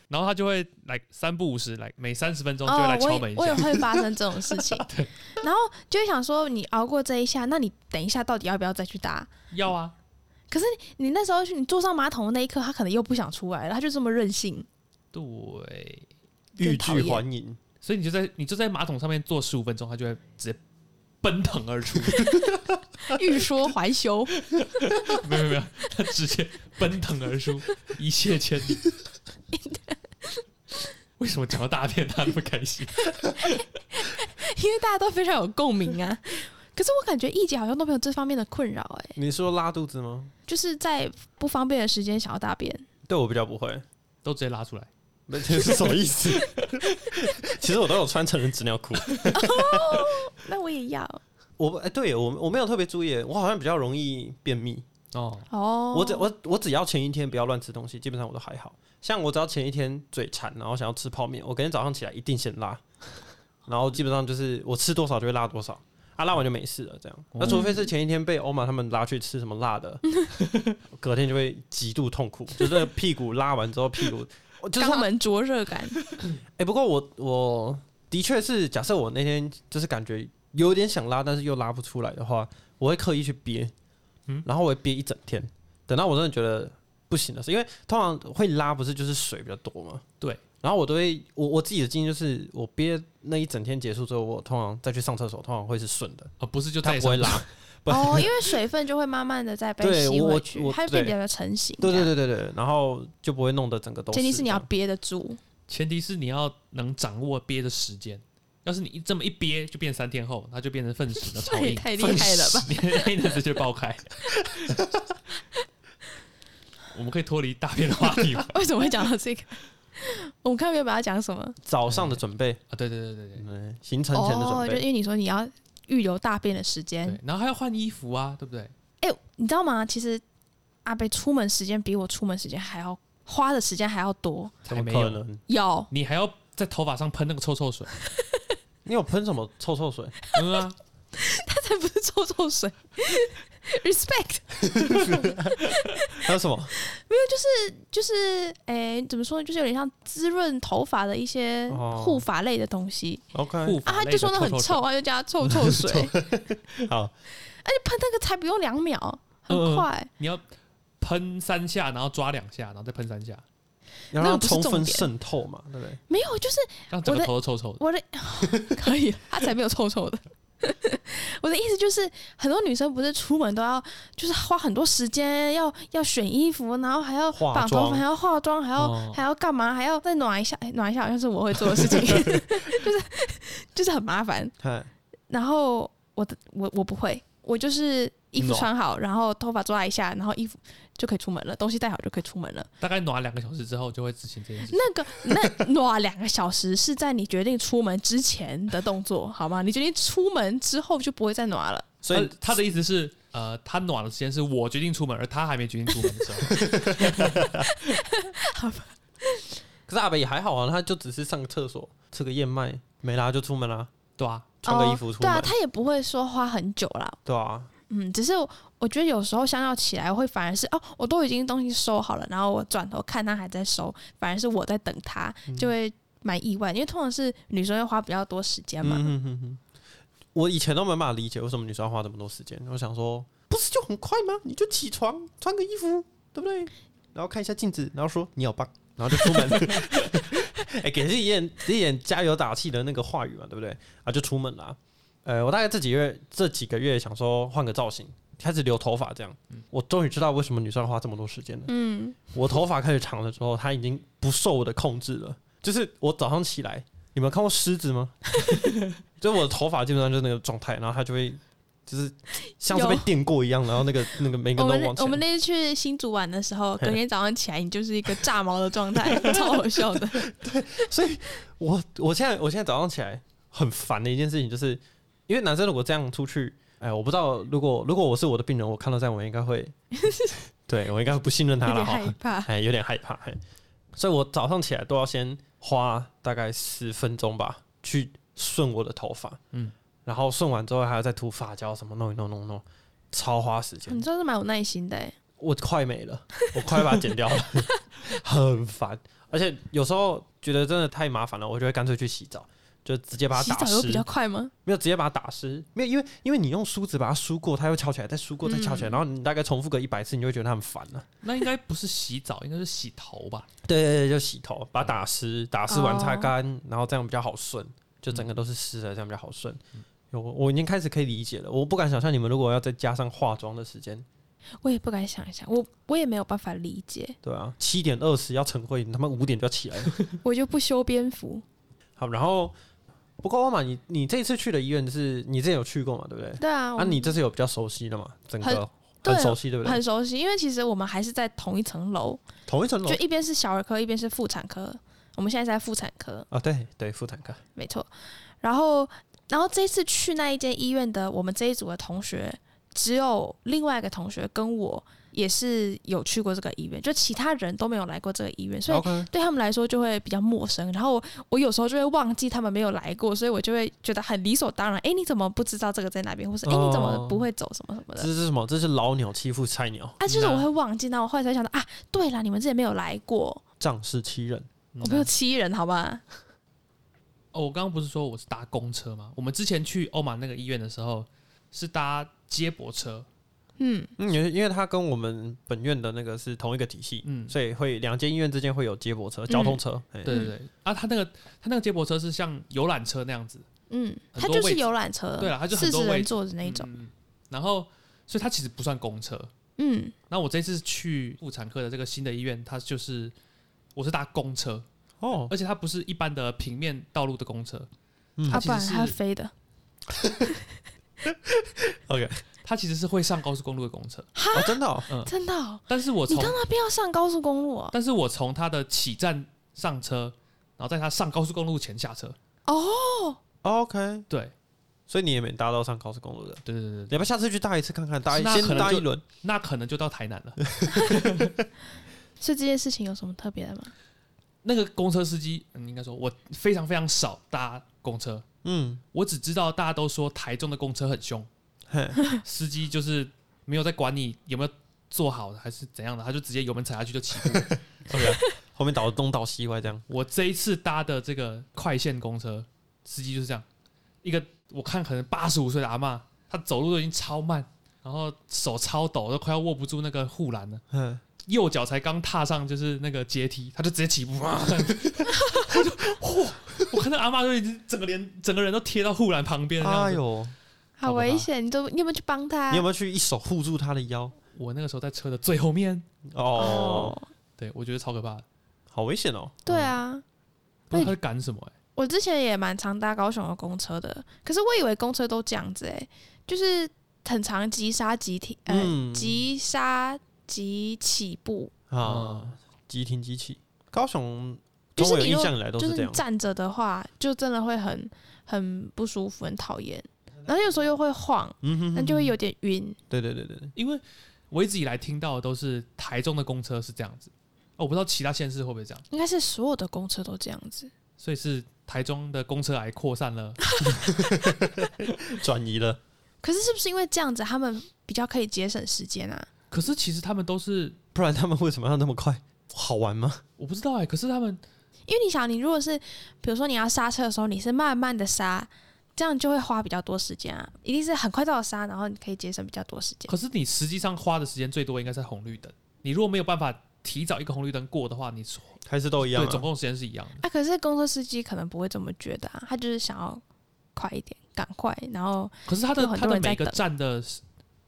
[SPEAKER 3] 然后他就会来三不五时来，每三十分钟就会
[SPEAKER 2] 哦
[SPEAKER 3] 来，
[SPEAKER 2] 我
[SPEAKER 3] 敲门
[SPEAKER 2] 也
[SPEAKER 3] 一
[SPEAKER 2] 我也
[SPEAKER 3] 下。
[SPEAKER 2] 会发生这种事 情， 然后就会想说，你熬过这一下，那你等一下到底要不要再去搭？
[SPEAKER 3] 要啊，
[SPEAKER 2] 你那时候去你坐上马桶的那一刻，他可能又不想出来了，他就这么任性。
[SPEAKER 3] 对，
[SPEAKER 1] 欲
[SPEAKER 2] 真讨
[SPEAKER 1] 拒
[SPEAKER 2] 厌
[SPEAKER 1] 还迎，
[SPEAKER 3] 所以你就在你就在马桶上面坐十五分钟，他就会直接奔腾而 出。
[SPEAKER 2] 欲说还休，
[SPEAKER 3] 没有没有没有，他直接奔腾而出， 一泻千 里。为什么讲到大便他那么开心？
[SPEAKER 2] 因为大家都非常有共鸣啊。 可是我感觉一姐好像都没有这方面的困扰，哎，
[SPEAKER 1] 你说拉肚子吗？
[SPEAKER 2] 就是在不方便的时间想要大便，
[SPEAKER 1] 对我比较不会，
[SPEAKER 3] 都直接拉出来，
[SPEAKER 1] 那这是什么意思？其实我都有穿成人纸尿裤，
[SPEAKER 2] 那我也要
[SPEAKER 1] 我哎、对我我没有特别注意，我好像比较容易便秘。
[SPEAKER 3] 哦，
[SPEAKER 2] 哦。
[SPEAKER 1] 我只我我只要前一天不要乱吃东西，基本上我都还好。像我只要前一天嘴馋，然后想要吃泡面，我隔天早上起来一定先拉，然后基本上就是我吃多少就会拉多少，啊拉完就没事了这样。那除非是前一天被欧玛他们拉去吃什么辣的，隔天就会极度痛苦，就是屁股拉完之后屁股，我就是
[SPEAKER 2] 肛门灼热感，
[SPEAKER 1] 哎、不过我我的确是，假设我那天就是感觉有点想拉，但是又拉不出来的话，我会刻意去憋，嗯，然后我会憋一整天，等到我真的觉得不行的时候，因为通常会拉不是就是水比较多嘛，
[SPEAKER 3] 对，
[SPEAKER 1] 然后我都会我我自己的经验就是，我憋那一整天结束之后，我通常再去上厕所，通常会是顺的，
[SPEAKER 3] 哦，不是就
[SPEAKER 1] 它
[SPEAKER 3] 再也
[SPEAKER 1] 不会
[SPEAKER 3] 上
[SPEAKER 1] 拉， 不
[SPEAKER 2] 哦，因为水分就会慢慢的再被
[SPEAKER 1] 对
[SPEAKER 2] 吸
[SPEAKER 1] 我
[SPEAKER 2] 回
[SPEAKER 1] 我
[SPEAKER 2] 去，
[SPEAKER 1] 我
[SPEAKER 2] 它就变
[SPEAKER 1] 对
[SPEAKER 2] 得成型。
[SPEAKER 1] 对对，对对对，然后就不会弄得整个都
[SPEAKER 2] 前提是你要
[SPEAKER 1] 这样
[SPEAKER 2] 憋得住。
[SPEAKER 3] 前提是你要能掌握憋的时间。要是你一这么一憋，就变三天后，它就变成 粪石的超
[SPEAKER 2] 这也
[SPEAKER 3] 硬，
[SPEAKER 2] 太厉害了吧
[SPEAKER 3] 粪石！ 你黑的直接爆开。我们可以脱离大便的话 题吗？
[SPEAKER 2] 为什么会讲到这个？我们看原本要讲什么？
[SPEAKER 1] 早上的准备，
[SPEAKER 3] 啊，对对对对对
[SPEAKER 1] 嗯，行程前的准
[SPEAKER 2] 哦就
[SPEAKER 1] 备，
[SPEAKER 2] 因为你说你要预留大便的时间。
[SPEAKER 3] 对，然后还要换衣服啊，对不对？
[SPEAKER 2] 哎、你知道吗？其实阿贝出门时间比我出门时间还要花的时间还要多。
[SPEAKER 1] 怎
[SPEAKER 3] 才
[SPEAKER 1] 么
[SPEAKER 3] 没
[SPEAKER 1] 可
[SPEAKER 3] 有，
[SPEAKER 1] 能？
[SPEAKER 2] 有
[SPEAKER 3] 你还要在头发上喷那个臭臭水。
[SPEAKER 1] 你有喷什么臭臭水？
[SPEAKER 3] 嗯啊，
[SPEAKER 2] 他才不是臭臭 水，respect。
[SPEAKER 1] 还有什么？
[SPEAKER 2] 就是哎、怎么说呢？就是有点像滋润头发的一些
[SPEAKER 1] 哦
[SPEAKER 2] 护发类的东西、
[SPEAKER 1] OK，
[SPEAKER 3] 护 发
[SPEAKER 2] 啊。他就
[SPEAKER 3] 类的
[SPEAKER 2] 说那很
[SPEAKER 3] 臭
[SPEAKER 2] 臭，
[SPEAKER 3] 水，
[SPEAKER 2] 他就叫它臭臭水。
[SPEAKER 1] 好，
[SPEAKER 2] 而且喷那个才不用两秒，很
[SPEAKER 3] 嗯嗯
[SPEAKER 2] 快。
[SPEAKER 3] 你要喷三下，然后抓两下，然后再喷三下，
[SPEAKER 1] 然后
[SPEAKER 2] 那个不是
[SPEAKER 1] 充
[SPEAKER 2] 重
[SPEAKER 1] 分
[SPEAKER 2] 点
[SPEAKER 1] 渗透嘛，对不对？
[SPEAKER 2] 没有，就是
[SPEAKER 3] 让整
[SPEAKER 2] 我
[SPEAKER 3] 个
[SPEAKER 2] 的
[SPEAKER 3] 头都臭臭的。
[SPEAKER 2] 我的 可以，他才没有臭臭的。 我的意思就是，很多女生不是出门都要，就是花很多时间，要要选衣服，然后还要
[SPEAKER 1] 化
[SPEAKER 2] 绑头
[SPEAKER 1] 妆
[SPEAKER 2] 发，还要化妆，还要、
[SPEAKER 3] 哦
[SPEAKER 2] 还要干嘛，还要再暖一下，哎暖一下好像是我会做的事情， 就是就是很麻烦。
[SPEAKER 1] 嗨，
[SPEAKER 2] 然后我的我我不会，我就是衣服
[SPEAKER 1] 暖
[SPEAKER 2] 穿好，然后头发抓一下，然后衣服就可以出门了，东西带好就可以出门了。
[SPEAKER 3] 大概暖两个小时之后就会执行这件事情。
[SPEAKER 2] 那个那暖两个小时是在你决定出门之前的动作，好吗？你决定出门之后就不会再暖了。
[SPEAKER 1] 所以
[SPEAKER 3] 他他的意思是，呃，他暖的时间是我决定出门，而他还没决定出门的 时候。
[SPEAKER 1] 可是阿北也还好啊，他就只是上个厕所，吃个燕麦，没啦就出门啦，
[SPEAKER 3] 对啊，
[SPEAKER 1] 穿个衣服
[SPEAKER 2] 哦
[SPEAKER 1] 出
[SPEAKER 2] 对啊，
[SPEAKER 1] 门，
[SPEAKER 2] 他也不会说花很久啦。
[SPEAKER 1] 对啊，
[SPEAKER 2] 嗯，只是我我觉得有时候相较起来，会反而是哦，我都已经东西收好了，然后我转头看他还在收，反而是我在等他，就会蛮意外，因为通常是女生会花比较多时间嘛。
[SPEAKER 1] 嗯哼哼哼，我以前都没办法理解为什么女生要花这么多时间。我想说，不是就很快吗？你就起床，穿个衣服，对不对？然后看一下镜子，然后说你好棒，然后就出 门。哎、给自己一点自己一点加油打气的那个话语嘛，对不对？啊，就出门啦。呃，我大概这几月这几个月想说换个造型，开始留头发这样。我终于知道为什么女生要花这么多时间了。
[SPEAKER 2] 嗯，
[SPEAKER 1] 我头发开始长了之后，它已经不受我的控制了。就是我早上起来，你们看过狮子吗？就我的头发基本上就是那个状态，然后它就会就是像是被
[SPEAKER 2] 有
[SPEAKER 1] 电过一样，然后 那个那个每个
[SPEAKER 2] 我
[SPEAKER 1] 人都
[SPEAKER 2] 们
[SPEAKER 1] 往
[SPEAKER 2] 那
[SPEAKER 1] 前。
[SPEAKER 2] 我们那次去新竹玩的时候，
[SPEAKER 1] 嘿
[SPEAKER 2] 隔天早上起来，你就是一个炸毛的状 态，超好笑的。
[SPEAKER 1] 所以我我现在我现在早上起来很烦的一件事情，就是因为男生如果这样出去，哎，我不知道如果如果我是我的病人，我看到这样，我应该会， 对我应该会不信任他
[SPEAKER 2] 有
[SPEAKER 1] 了
[SPEAKER 2] 点
[SPEAKER 1] 哈
[SPEAKER 2] 害，怕。
[SPEAKER 1] 哎，有点害怕，哎，所以我早上起来都要先花大概十分钟吧，去顺我的头发，嗯
[SPEAKER 3] 嗯，
[SPEAKER 1] 然后顺完之后还要再涂发胶什么弄一弄弄一弄，超花时间
[SPEAKER 2] 你，算是蛮有耐心的欸，
[SPEAKER 1] 我快没了，我快把它剪掉了， 很烦。而且有时候觉得真的太麻烦了，我就会干脆去洗澡，就直接把
[SPEAKER 2] 洗
[SPEAKER 1] 它打
[SPEAKER 2] 澡又
[SPEAKER 1] 湿
[SPEAKER 2] 比。较快吗？
[SPEAKER 1] 没有直接把它打湿，没有，因为因为你用梳子把它梳过，它又翘起来，再梳过再翘
[SPEAKER 2] 嗯
[SPEAKER 1] 起来，然后你大概重复个一百次，你就会觉得它很烦了、
[SPEAKER 3] 那应该不是洗澡，应该是洗头吧？
[SPEAKER 1] 对对对，就洗头，把它打湿，打湿完
[SPEAKER 2] 哦
[SPEAKER 1] 擦干，然后这样比较好顺，就整个都是湿的，这样比较好顺。
[SPEAKER 2] 嗯
[SPEAKER 1] 有，我已经开始可以理解了。我不敢想象你们如果要再加上化妆的时间，
[SPEAKER 2] 我也不敢想象，我我也没有办法理解，
[SPEAKER 1] 对啊，七点二十要晨会，你他妈五点就要起来了。
[SPEAKER 2] 我就不修边幅。
[SPEAKER 1] 好，然后不过欧玛，你你这次去的医院是你之前有去过嘛？对不对？
[SPEAKER 2] 对啊，我
[SPEAKER 1] 啊，
[SPEAKER 2] 们
[SPEAKER 1] 你这次有比较熟悉的嘛？整个
[SPEAKER 2] 对
[SPEAKER 1] 很熟悉，对不对？
[SPEAKER 2] 很熟悉，因为其实我们还是在同一层楼，
[SPEAKER 1] 同一层楼
[SPEAKER 2] 就一边是小儿科，一边是妇产科。我们现在在妇产科，
[SPEAKER 1] 啊，对对，妇产科，
[SPEAKER 2] 没错。然后，然后这次去那一间医院的我们这一组的同学，只有另外一个同学跟我也是有去过这个医院，就其他人都没有来过这个医院，所以
[SPEAKER 1] OK
[SPEAKER 2] 对他们来说就会比较陌生。然后我我有时候就会忘记他们没有来过，所以我就会觉得很理所当然。哎，你怎么不知道这个在哪边？或是哎，诶你怎么不会走什么什么
[SPEAKER 1] 这
[SPEAKER 2] 的？
[SPEAKER 1] 是什么？这是老鸟欺负菜鸟，
[SPEAKER 2] 啊，就是我
[SPEAKER 3] 那
[SPEAKER 2] 会忘记，那我后来才想到啊，对啦，你们之前没有来过，
[SPEAKER 1] 仗势欺人。
[SPEAKER 2] 我们有七人，好吧？
[SPEAKER 3] 嗯哦，我刚刚不是说我是搭公车吗？我们之前去欧马那个医院的时候是搭接驳车，
[SPEAKER 2] 嗯，
[SPEAKER 1] 嗯，因为因为他跟我们本院的那个是同一个体系，
[SPEAKER 3] 嗯
[SPEAKER 1] 所以会两间医院之间会有接驳车、交
[SPEAKER 2] 嗯
[SPEAKER 1] 通车。哎
[SPEAKER 3] 对对对，啊，他那个他那个接驳车是像游览车那样子，
[SPEAKER 2] 嗯，
[SPEAKER 3] 很
[SPEAKER 2] 它
[SPEAKER 3] 多
[SPEAKER 2] 就是
[SPEAKER 3] 位置
[SPEAKER 2] 游览车，
[SPEAKER 3] 对啦它就
[SPEAKER 2] 四
[SPEAKER 3] 很多
[SPEAKER 2] 十
[SPEAKER 3] 位
[SPEAKER 2] 人
[SPEAKER 3] 置
[SPEAKER 2] 坐的那一种，
[SPEAKER 3] 嗯然后所以它其实不算公车。
[SPEAKER 2] 嗯，
[SPEAKER 3] 那我这次去妇产科的这个新的医院，它就是我是搭公车，
[SPEAKER 1] 哦，
[SPEAKER 3] 而且它不是一般的平面道路的公车，
[SPEAKER 1] 嗯
[SPEAKER 2] 啊，
[SPEAKER 3] 它其
[SPEAKER 2] 不然
[SPEAKER 3] 实
[SPEAKER 2] 它
[SPEAKER 3] 是
[SPEAKER 2] 飞的，
[SPEAKER 3] 它其实是会上高速公路的公车。
[SPEAKER 1] 哦真的哦，
[SPEAKER 2] 真的哦、
[SPEAKER 3] 但是我
[SPEAKER 2] 你
[SPEAKER 3] 从
[SPEAKER 2] 到那边要上高速公路哦，
[SPEAKER 3] 但是我从它的起站上车，然后在它上高速公路前下车。
[SPEAKER 1] 哦 OK，
[SPEAKER 3] 对
[SPEAKER 1] 所以你也没搭到上高速公路的。
[SPEAKER 3] 对对对对
[SPEAKER 1] 你要不要下次去搭一次看看？搭一
[SPEAKER 3] 那
[SPEAKER 1] 先
[SPEAKER 3] 可能
[SPEAKER 1] 搭
[SPEAKER 3] 就
[SPEAKER 1] 一轮，
[SPEAKER 3] 那可能就到台南了。
[SPEAKER 2] 所以这件事情有什么特别的吗？
[SPEAKER 3] 那个公车司机，嗯，应该说我非常非常少搭公车，
[SPEAKER 1] 嗯，
[SPEAKER 3] 我只知道大家都说台中的公车很凶，
[SPEAKER 1] 嘿，
[SPEAKER 3] 司机就是没有在管你有没有做好还是怎样的，他就直接油门踩下去就起步。
[SPEAKER 1] OK，后面倒东倒西歪这样。
[SPEAKER 3] 我这一次搭的这个快线公车，司机就是这样，一个我看可能八十五岁的阿嬷，她走路都已经超慢，然后手超抖，都快要握不住那个护栏了。
[SPEAKER 1] 嗯，
[SPEAKER 3] 右脚才刚踏上就是那个阶梯，他就直接起步，啊、我就嚯！我看到阿妈就已经整个连整个人都贴到护栏旁边了。
[SPEAKER 1] 哎
[SPEAKER 3] 哎呦！
[SPEAKER 1] 呦，
[SPEAKER 2] 好
[SPEAKER 3] 好吧
[SPEAKER 2] 危险！你都你有没有去帮他？
[SPEAKER 1] 你有没有去一手护住他的腰？
[SPEAKER 3] 我那个时候在车的最后面，
[SPEAKER 1] 哦，
[SPEAKER 2] 哦，
[SPEAKER 3] 对我觉得超可怕的，
[SPEAKER 1] 好危险哦！
[SPEAKER 2] 对啊，
[SPEAKER 3] 不知道他在赶什么哎、
[SPEAKER 2] 我之前也蛮常搭高雄的公车的，可是我以为公车都这样子哎、就是很常急刹急停，呃，
[SPEAKER 1] 嗯
[SPEAKER 2] 急刹急起步，
[SPEAKER 3] 嗯
[SPEAKER 1] 啊，急停急起，高雄
[SPEAKER 2] 就
[SPEAKER 1] 从
[SPEAKER 2] 是
[SPEAKER 1] 我有
[SPEAKER 2] 你
[SPEAKER 1] 印
[SPEAKER 2] 如
[SPEAKER 1] 象以来都
[SPEAKER 2] 就是
[SPEAKER 1] 这
[SPEAKER 2] 是你
[SPEAKER 1] 样。
[SPEAKER 2] 站着的话，就真的会很很不舒服，很讨厌，然后有时候又会晃，
[SPEAKER 1] 嗯哼
[SPEAKER 2] 那就会有点晕。
[SPEAKER 1] 对对对对对，
[SPEAKER 3] 因为我一直以来听到的都是台中的公车是这样子，哦，我不知道其他县市会不会这样，
[SPEAKER 2] 应该是所有的公车都这样子，
[SPEAKER 3] 所以是台中的公车癌扩散了。
[SPEAKER 1] 转移了。
[SPEAKER 2] 可是是不是因为这样子，他们比较可以节省时间啊？
[SPEAKER 3] 可是其实他们都是
[SPEAKER 1] 不然他们为什么要那么快？好玩吗？
[SPEAKER 3] 我不知道哎、可是他们
[SPEAKER 2] 因为你想，你如果是比如说你要刹车的时候，你是慢慢的刹，这样就会花比较多时间啊。一定是很快到刹，然后你可以节省比较多时间。
[SPEAKER 3] 可是你实际上花的时间最多应该在红绿灯。你如果没有办法提早一个红绿灯过的话，你是
[SPEAKER 1] 还是都一样、
[SPEAKER 3] 对
[SPEAKER 1] 啊
[SPEAKER 3] 总？共时间是一样的。
[SPEAKER 2] 啊，可是公车司机可能不会这么觉得啊，他就是想要快一点，赶快，然后
[SPEAKER 3] 可是他的
[SPEAKER 2] 有很
[SPEAKER 3] 他
[SPEAKER 2] 多
[SPEAKER 3] 的
[SPEAKER 2] 人在
[SPEAKER 3] 每个
[SPEAKER 2] 等
[SPEAKER 3] 站的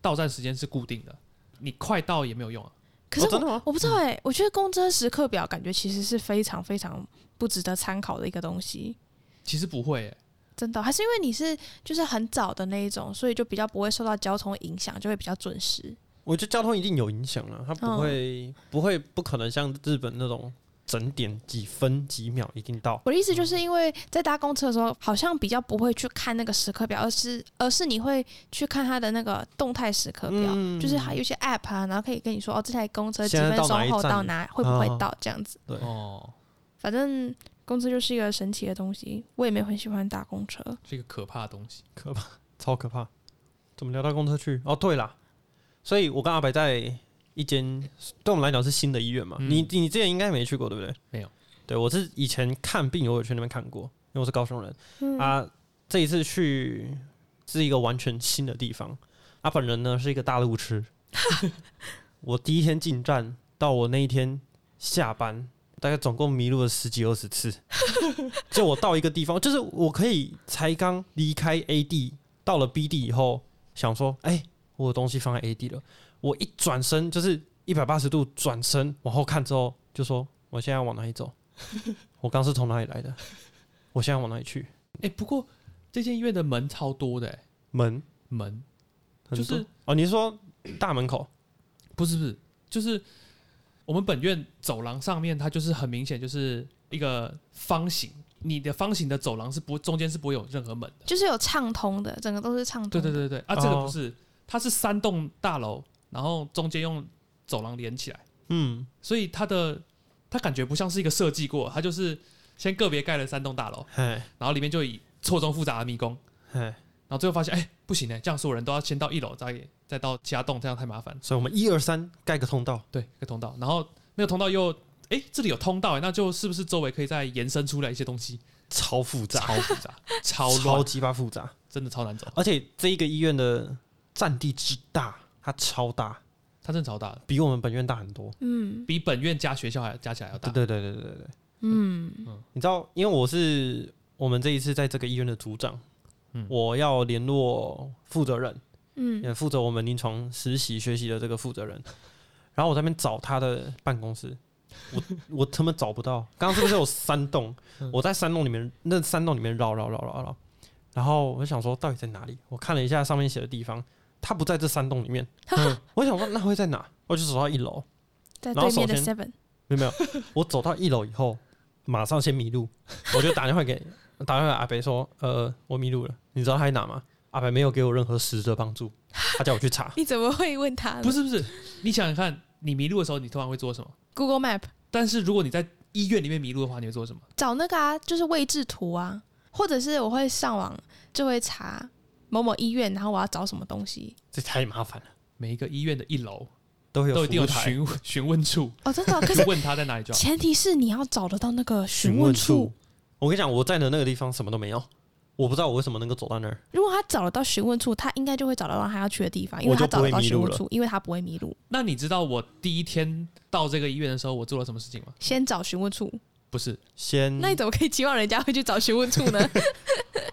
[SPEAKER 3] 到站时间是固定的，你快到也没有用啊。
[SPEAKER 2] 可是
[SPEAKER 1] 哦
[SPEAKER 2] 我、
[SPEAKER 1] 真的吗
[SPEAKER 2] 我不知道哎、我觉得公车时刻表感觉其实是非常非常不值得参考的一个东西，
[SPEAKER 3] 其实不会、欸，
[SPEAKER 2] 真的。还是因为你是就是很早的那一种，所以就比较不会受到交通影响，就会比较准时。
[SPEAKER 1] 我觉得交通一定有影响啊了，它不会、
[SPEAKER 3] 哦
[SPEAKER 1] 不会不可能像日本那种整点几分几秒一定到。
[SPEAKER 2] 我的意思就是因为在搭公车的时候，好像比较不会去看那个时刻表，而是而是你会去看它的那个动态时刻
[SPEAKER 3] 啊
[SPEAKER 2] 表，
[SPEAKER 1] 嗯
[SPEAKER 2] 就是还有一些 app 啊，然后可以跟你说哦，这台公车几
[SPEAKER 1] 现在
[SPEAKER 2] 分
[SPEAKER 1] 到哪
[SPEAKER 2] 钟
[SPEAKER 1] 一
[SPEAKER 2] 后
[SPEAKER 1] 站
[SPEAKER 2] 到哪，会不会
[SPEAKER 1] 哦
[SPEAKER 2] 到这样子。
[SPEAKER 1] 对
[SPEAKER 3] 哦，
[SPEAKER 2] 反正公车就是一个神奇的东西，我也没有很喜欢搭公车。
[SPEAKER 3] 是一个可怕的东西。
[SPEAKER 1] 可怕，超可怕！怎么聊到公车去？哦，对啦，所以我跟阿白在一间对我们来讲是新的医院嘛。
[SPEAKER 3] 嗯
[SPEAKER 1] 你你之前应该没去过，对不对？
[SPEAKER 3] 没有，
[SPEAKER 1] 对我是以前看病，我有去那边看过，因为我是高雄人、
[SPEAKER 2] 嗯
[SPEAKER 1] 啊。这一次去是一个完全新的地方。啊，本人呢是一个大路痴，我第一天进站到我那一天下班，大概总共迷路了十几二十次。就我到一个地方，就是我可以才刚离开 A 地，到了 B 地以后，想说，哎、我有东西放在 A 地了。我一转身就是一百八十度转身往后看之后，就说我现在要往哪里 走？我刚是从哪里来的？我现在往哪里去？
[SPEAKER 3] 哎、不过这间医院的门超多的、欸，
[SPEAKER 1] 门
[SPEAKER 3] 门
[SPEAKER 1] 很
[SPEAKER 3] 就
[SPEAKER 1] 多
[SPEAKER 3] 是
[SPEAKER 1] 哦，你是说大门口
[SPEAKER 3] 不是不是，就是我们本院走廊上面，它就是很明显就是一个方形，你的方形的走廊是不中间是不会有任何门的。
[SPEAKER 2] 就是有畅通的，整个都是畅通的。
[SPEAKER 3] 对对对对，啊，这个
[SPEAKER 1] 哦
[SPEAKER 3] 不是，它是三栋大楼，然后中间用走廊连起来，
[SPEAKER 1] 嗯，
[SPEAKER 3] 所以它的它感觉不像是一个设计过，它就是先个别盖了三栋大楼，
[SPEAKER 1] 嘿，
[SPEAKER 3] 然后里面就以错综复杂的迷宫，
[SPEAKER 1] 嘿，
[SPEAKER 3] 然后最后发现，哎、不行呢、这样所有人都要先到一楼，再再到其他栋，这样太麻烦。
[SPEAKER 1] 所以我们一二三盖个通道，
[SPEAKER 3] 对，一个通道，然后那个通道又，哎、这里有通道、哎，那就是不是周围可以再延伸出来一些东西？
[SPEAKER 1] 超复杂，
[SPEAKER 3] 超复杂，超
[SPEAKER 1] 超
[SPEAKER 3] 乱，
[SPEAKER 1] 级巴复杂，
[SPEAKER 3] 真的超难走，
[SPEAKER 1] 而且这一个医院的占地之大，它超大，
[SPEAKER 3] 它真的超大的，
[SPEAKER 1] 比我们本院大很多。
[SPEAKER 2] 嗯
[SPEAKER 3] 比本院加学校还加起来要大。
[SPEAKER 1] 对对对对对对，
[SPEAKER 2] 嗯，
[SPEAKER 1] 你知道，因为我是我们这一次在这个医院的组长，
[SPEAKER 3] 嗯
[SPEAKER 1] 我要联络负责人，
[SPEAKER 2] 嗯，
[SPEAKER 1] 也负责我们临床实习学习的这个负责人。然后我在那边找他的办公室，我我他妈找不到。刚刚是不是有三栋？我在三栋里面，那三栋里面绕绕绕绕绕。然后我就想说，到底在哪里？我看了一下上面写的地方，他不在这三栋里面。我想说，那会在哪？我就走到一楼，
[SPEAKER 2] 在
[SPEAKER 1] 然后
[SPEAKER 2] 对面的
[SPEAKER 1] 首
[SPEAKER 2] Seven，。
[SPEAKER 1] 没有没有， 我走到一楼以后，马上先迷路，我就打电话给 打电话给阿北说，呃，我迷路了，你知道他在哪吗？阿北没有给我任何实质的帮助，他叫我去查
[SPEAKER 2] 你怎么会问他呢？
[SPEAKER 3] 不是不是，你想想看，你迷路的时候，你通常会做什么？
[SPEAKER 2] Google Map
[SPEAKER 3] 但是如果你在医院里面迷路的话，你会做什么？
[SPEAKER 2] 找那个啊，就是位置图啊，或者是我会上网就会查某某医院，然后我要找什么东西。
[SPEAKER 1] 这太麻烦了，
[SPEAKER 3] 每一个医院的一楼
[SPEAKER 1] 都会
[SPEAKER 3] 都
[SPEAKER 1] 有
[SPEAKER 3] 一
[SPEAKER 1] 服
[SPEAKER 3] 定有
[SPEAKER 1] 务台，
[SPEAKER 3] 询问 询问处，
[SPEAKER 2] 哦，真的 啊、可
[SPEAKER 3] 就是问他在哪里就好。
[SPEAKER 2] 前提是你要找得到那个询
[SPEAKER 1] 问
[SPEAKER 2] 处。。
[SPEAKER 1] 我跟你讲，我在的那个地方什么都没有，我不知道我为什么能够走到那儿。
[SPEAKER 2] 如果他找得到询问处，他应该就会找得到他要去的地方，因为
[SPEAKER 1] 我就
[SPEAKER 2] 他找得
[SPEAKER 1] 不
[SPEAKER 2] 到
[SPEAKER 1] 会迷
[SPEAKER 2] 询
[SPEAKER 1] 路
[SPEAKER 2] 问
[SPEAKER 1] 了
[SPEAKER 2] 处，因为他不会迷路。
[SPEAKER 3] 那你知道我第一天到这个医院的时候，我做了什么事情吗？
[SPEAKER 2] 先找询问处，
[SPEAKER 3] 不是，
[SPEAKER 1] 先，
[SPEAKER 2] 那你怎么可以期望人家会去找询问处呢？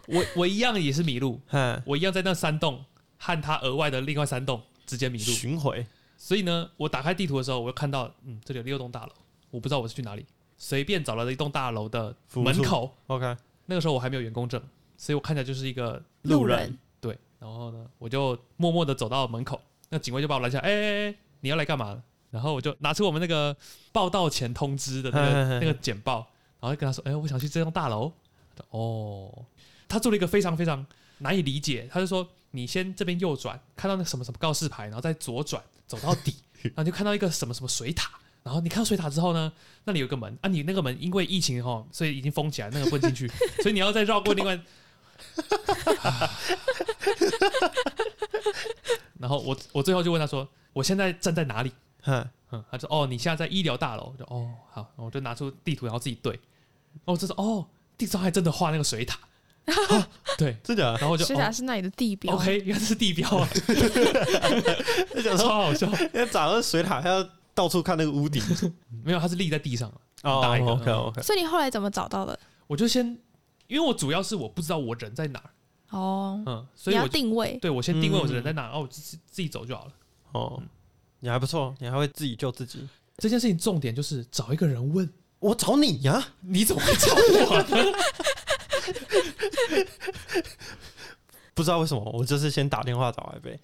[SPEAKER 3] 我我一样也是迷路，
[SPEAKER 1] 哎，
[SPEAKER 3] 我一样在那三栋和他额外的另外三栋之间迷路。
[SPEAKER 1] 巡回，
[SPEAKER 3] 所以呢，我打开地图的时候，我又看到，嗯，这里有六栋大楼，我不知道我是去哪里，随便找了一栋大楼的
[SPEAKER 1] 服务处
[SPEAKER 3] 门口。
[SPEAKER 1] OK，
[SPEAKER 3] 那个时候我还没有员工证，所以我看起来就是一个
[SPEAKER 1] 路人
[SPEAKER 2] 人，
[SPEAKER 3] 对，然后呢，我就默默的走到门口，那警卫就把我拦下，哎、哎哎，你要来干嘛？然后我就拿出我们那个报道前通知的那
[SPEAKER 1] 嘿嘿
[SPEAKER 3] 个
[SPEAKER 1] 嘿
[SPEAKER 3] 那个简报，然后就跟他说，哎、我想去这栋大楼。他说哦，他做了一个非常非常难以理解，他就说你先这边右转，看到那个什么什么告示牌，然后再左转走到底， 然后你就看到一个什么什么水塔。然后你看到水塔之后呢，那里有一个门啊，你那个门因为疫情哈，所以已经封起来，那个不能进去，所以你要再绕过另外然后我我最后就问他说：“我现在站在哪里
[SPEAKER 1] 哼，？”
[SPEAKER 3] 嗯，他就说：“哦，你现在在医疗大楼。”我就哦好，然后我就拿出地图，然后自己对。然后我就说：“哦，地上还真的画那个 水塔。啊对，
[SPEAKER 1] 真假的？
[SPEAKER 3] 然后我就
[SPEAKER 2] 水塔是那里的地标。
[SPEAKER 3] 哦 OK，原来是地标 啊，
[SPEAKER 1] 那想
[SPEAKER 3] 超
[SPEAKER 1] 说，
[SPEAKER 3] 好笑。
[SPEAKER 1] 因为找到水塔，他要到处看那个屋顶。
[SPEAKER 3] 没有，它是立在地上的。
[SPEAKER 1] 哦
[SPEAKER 3] 大一个
[SPEAKER 1] ，OK OK，
[SPEAKER 2] 所以你后来怎么找到的？
[SPEAKER 3] 我就先，因为我主要是我不知道我人在哪儿，
[SPEAKER 2] 哦，
[SPEAKER 3] 嗯，所
[SPEAKER 2] 你
[SPEAKER 3] 以
[SPEAKER 2] 要
[SPEAKER 3] 我就
[SPEAKER 2] 定位。
[SPEAKER 3] 对我先定位我人在哪，哦然后我自己自己走就好了。
[SPEAKER 1] 哦，你还不错，你还会自己救自己。
[SPEAKER 3] 这件事情重点就是找一个人问，
[SPEAKER 1] 我找你呀、
[SPEAKER 3] 你怎么会找我呢？
[SPEAKER 1] 不知道为什么，我就是先打电话找来呗，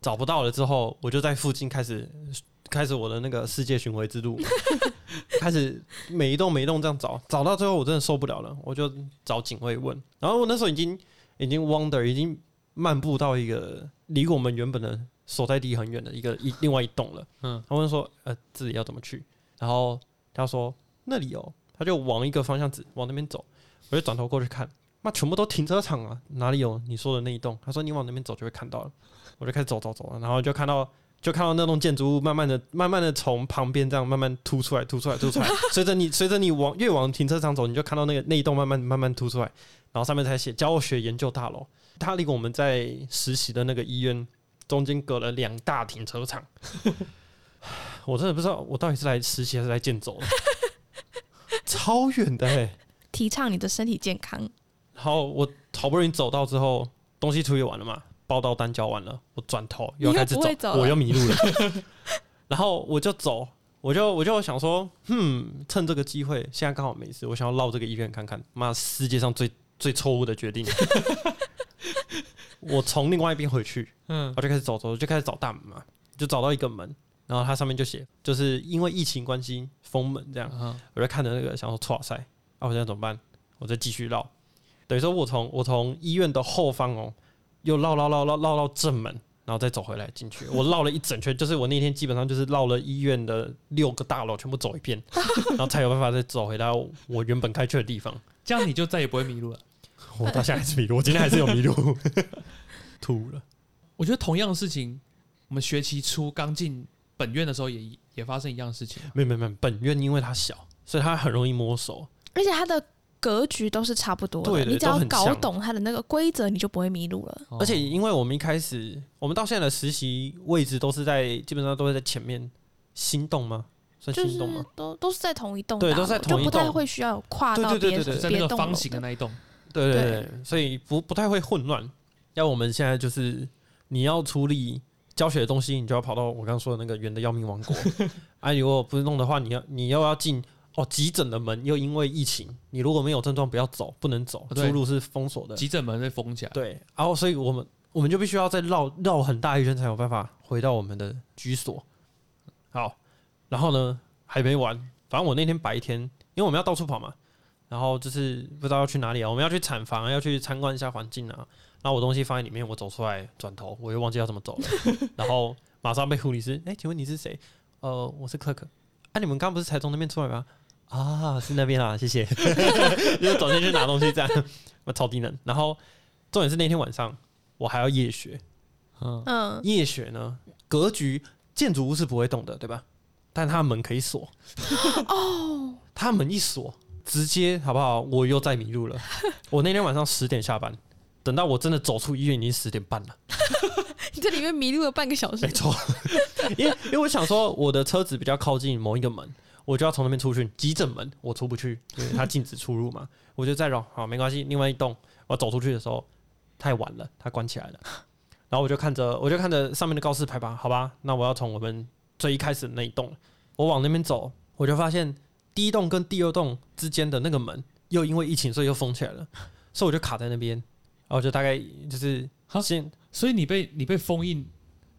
[SPEAKER 1] 找不到了之后，我就在附近开始开始我的那个世界巡回之路， 开始每一栋每一栋这样找，找到最后我真的受不了了，我就找警卫问。然后我那时候已经已经 wonder 已经漫步到一个离我们原本的所在地很远的一个一另外一栋了。
[SPEAKER 3] 嗯
[SPEAKER 1] 嗯，他问说呃这里要怎么去？然后他说那里哦，他就往一个方向指往那边走，我就转头过去看。妈，全部都停车场啊，哪里有你说的那一栋？他说你往那边走就会看到了，我就开始走走走，然后就看到就看到那栋建筑物慢慢的、慢慢的从旁边这样慢慢凸出来、凸出来、凸出来，随着你随着你往越往停车场走，你就看到那个那一栋慢慢慢慢凸出来，然后上面才写教学研究大楼，它离我们在实习的那个医院中间隔了两大停车场，我真的不知道我到底是来实习还是来健走的，超远的哎、
[SPEAKER 2] 提倡你的身体健康。
[SPEAKER 1] 然后我好不容易走到之后，东西处理完了嘛，报到单交完了，我转头又要开始
[SPEAKER 2] 你又不会走了
[SPEAKER 1] 我又迷 路了。然后我就走，我就我就想说，哼，趁这个机会，现在刚好没事，我想要绕这个医院看看。妈，世界上最最错误的决定。 我从另外一边回去，
[SPEAKER 3] 嗯，
[SPEAKER 1] 我就开始走走，就开始找大门嘛，就找到一个门，然后它上面就写，就是因为疫情关系封门这样。
[SPEAKER 3] 啊
[SPEAKER 1] 我就看着那个，想说哇塞，啊，我现在怎么办？我再继续绕，等于说我从我从医院的后方哦，又绕绕绕绕绕到正门，然后再走回来进 去。我绕了一整圈，就是我那天基本上就是绕了医院的六个大楼全部走一 遍，然后才有办法再走回到我原本开去的地方。
[SPEAKER 3] 这样你就再也不会迷路了。
[SPEAKER 1] 我到现在还是迷路，我今天还是有迷路， 吐了。
[SPEAKER 3] 我觉得同样的事情，我们学期初刚进本院的时候也也发生一样的事情。
[SPEAKER 1] 没有没有没有，本院因为它小，所以它很容易摸熟。
[SPEAKER 2] 而且它的格局都是差不多
[SPEAKER 1] 对
[SPEAKER 2] 的，
[SPEAKER 1] 的
[SPEAKER 2] 你只要
[SPEAKER 1] 都很
[SPEAKER 2] 搞
[SPEAKER 1] 像
[SPEAKER 2] 懂它的那个规则，你就不会迷路了。
[SPEAKER 1] 而且，因为我们一开始，我们到现在的实习位置都是在，基本上都是在前面心动吗？算
[SPEAKER 2] 就
[SPEAKER 1] 心
[SPEAKER 2] 是
[SPEAKER 1] 动吗？
[SPEAKER 2] 都都是在同一栋大
[SPEAKER 1] 对
[SPEAKER 2] 楼，
[SPEAKER 1] 都在同一
[SPEAKER 2] 就不太
[SPEAKER 1] 栋
[SPEAKER 2] 会需要跨
[SPEAKER 1] 对
[SPEAKER 2] 到
[SPEAKER 1] 对对
[SPEAKER 2] 别
[SPEAKER 1] 对对
[SPEAKER 3] 在
[SPEAKER 2] 别
[SPEAKER 3] 那个
[SPEAKER 2] 栋
[SPEAKER 3] 方
[SPEAKER 2] 楼
[SPEAKER 3] 形的
[SPEAKER 2] 的
[SPEAKER 3] 那一栋，
[SPEAKER 1] 对对
[SPEAKER 2] 对
[SPEAKER 1] 对，所以不不太会混乱。要我们现在就是你要处理教学的东西，你就要跑到我刚刚说的那个远的要命王国。啊，如果不是弄的话，你要你又要进哦急诊的门，又因为疫情，你如果没有症状不要走，不能走，
[SPEAKER 3] 哦对
[SPEAKER 1] 出路是封锁的。
[SPEAKER 3] 急诊门被封起来。
[SPEAKER 1] 对，然后所以我们我们就必须要再绕绕很大一圈才有办法回到我们的居所。好，然后呢还没完，反正我那天白天，因为我们要到处跑嘛，然后就是不知道要去哪里啊，我们要去产房啊，要去参观一下环境啊。然后我东西放在里面，我走出来转头，我又忘记要怎么走 了，然后马上被护理师，哎、请问你是谁？呃，我是 clerk。啊，你们刚不是才从那边出来吗？啊，是那边啊，谢 谢。就走进去拿东西，这样 我超低能。然后重点是那天晚上我还要夜学，
[SPEAKER 3] 嗯，
[SPEAKER 2] 嗯，
[SPEAKER 1] 夜学呢格局建筑物是不会动的，对吧？但它门可以锁。哦，它门一锁，直接好不好？我又再迷路了。我那天晚上十点下班，等到我真的走出医院已经十点半了。
[SPEAKER 2] 你这里面迷路了半个小时
[SPEAKER 1] 没，错， 因为因为我想说，我的车子比较靠近某一个门，我就要从那边出去。急诊门我出不去，因为它禁止出入嘛。 我就再绕，好，没关系。另外一栋，我走出去的时候太晚了，它关起来了。然后我就看着，我就看着上面的告示牌吧，好吧，那我要从我们最一开始的那一栋，我往那边走，我就发现第一栋跟第二栋之间的那个门又因为疫情，所以又封起来了， 所以我就卡在那边。然后我就大概就是
[SPEAKER 3] 哈
[SPEAKER 1] 先
[SPEAKER 3] 所以你被你被封印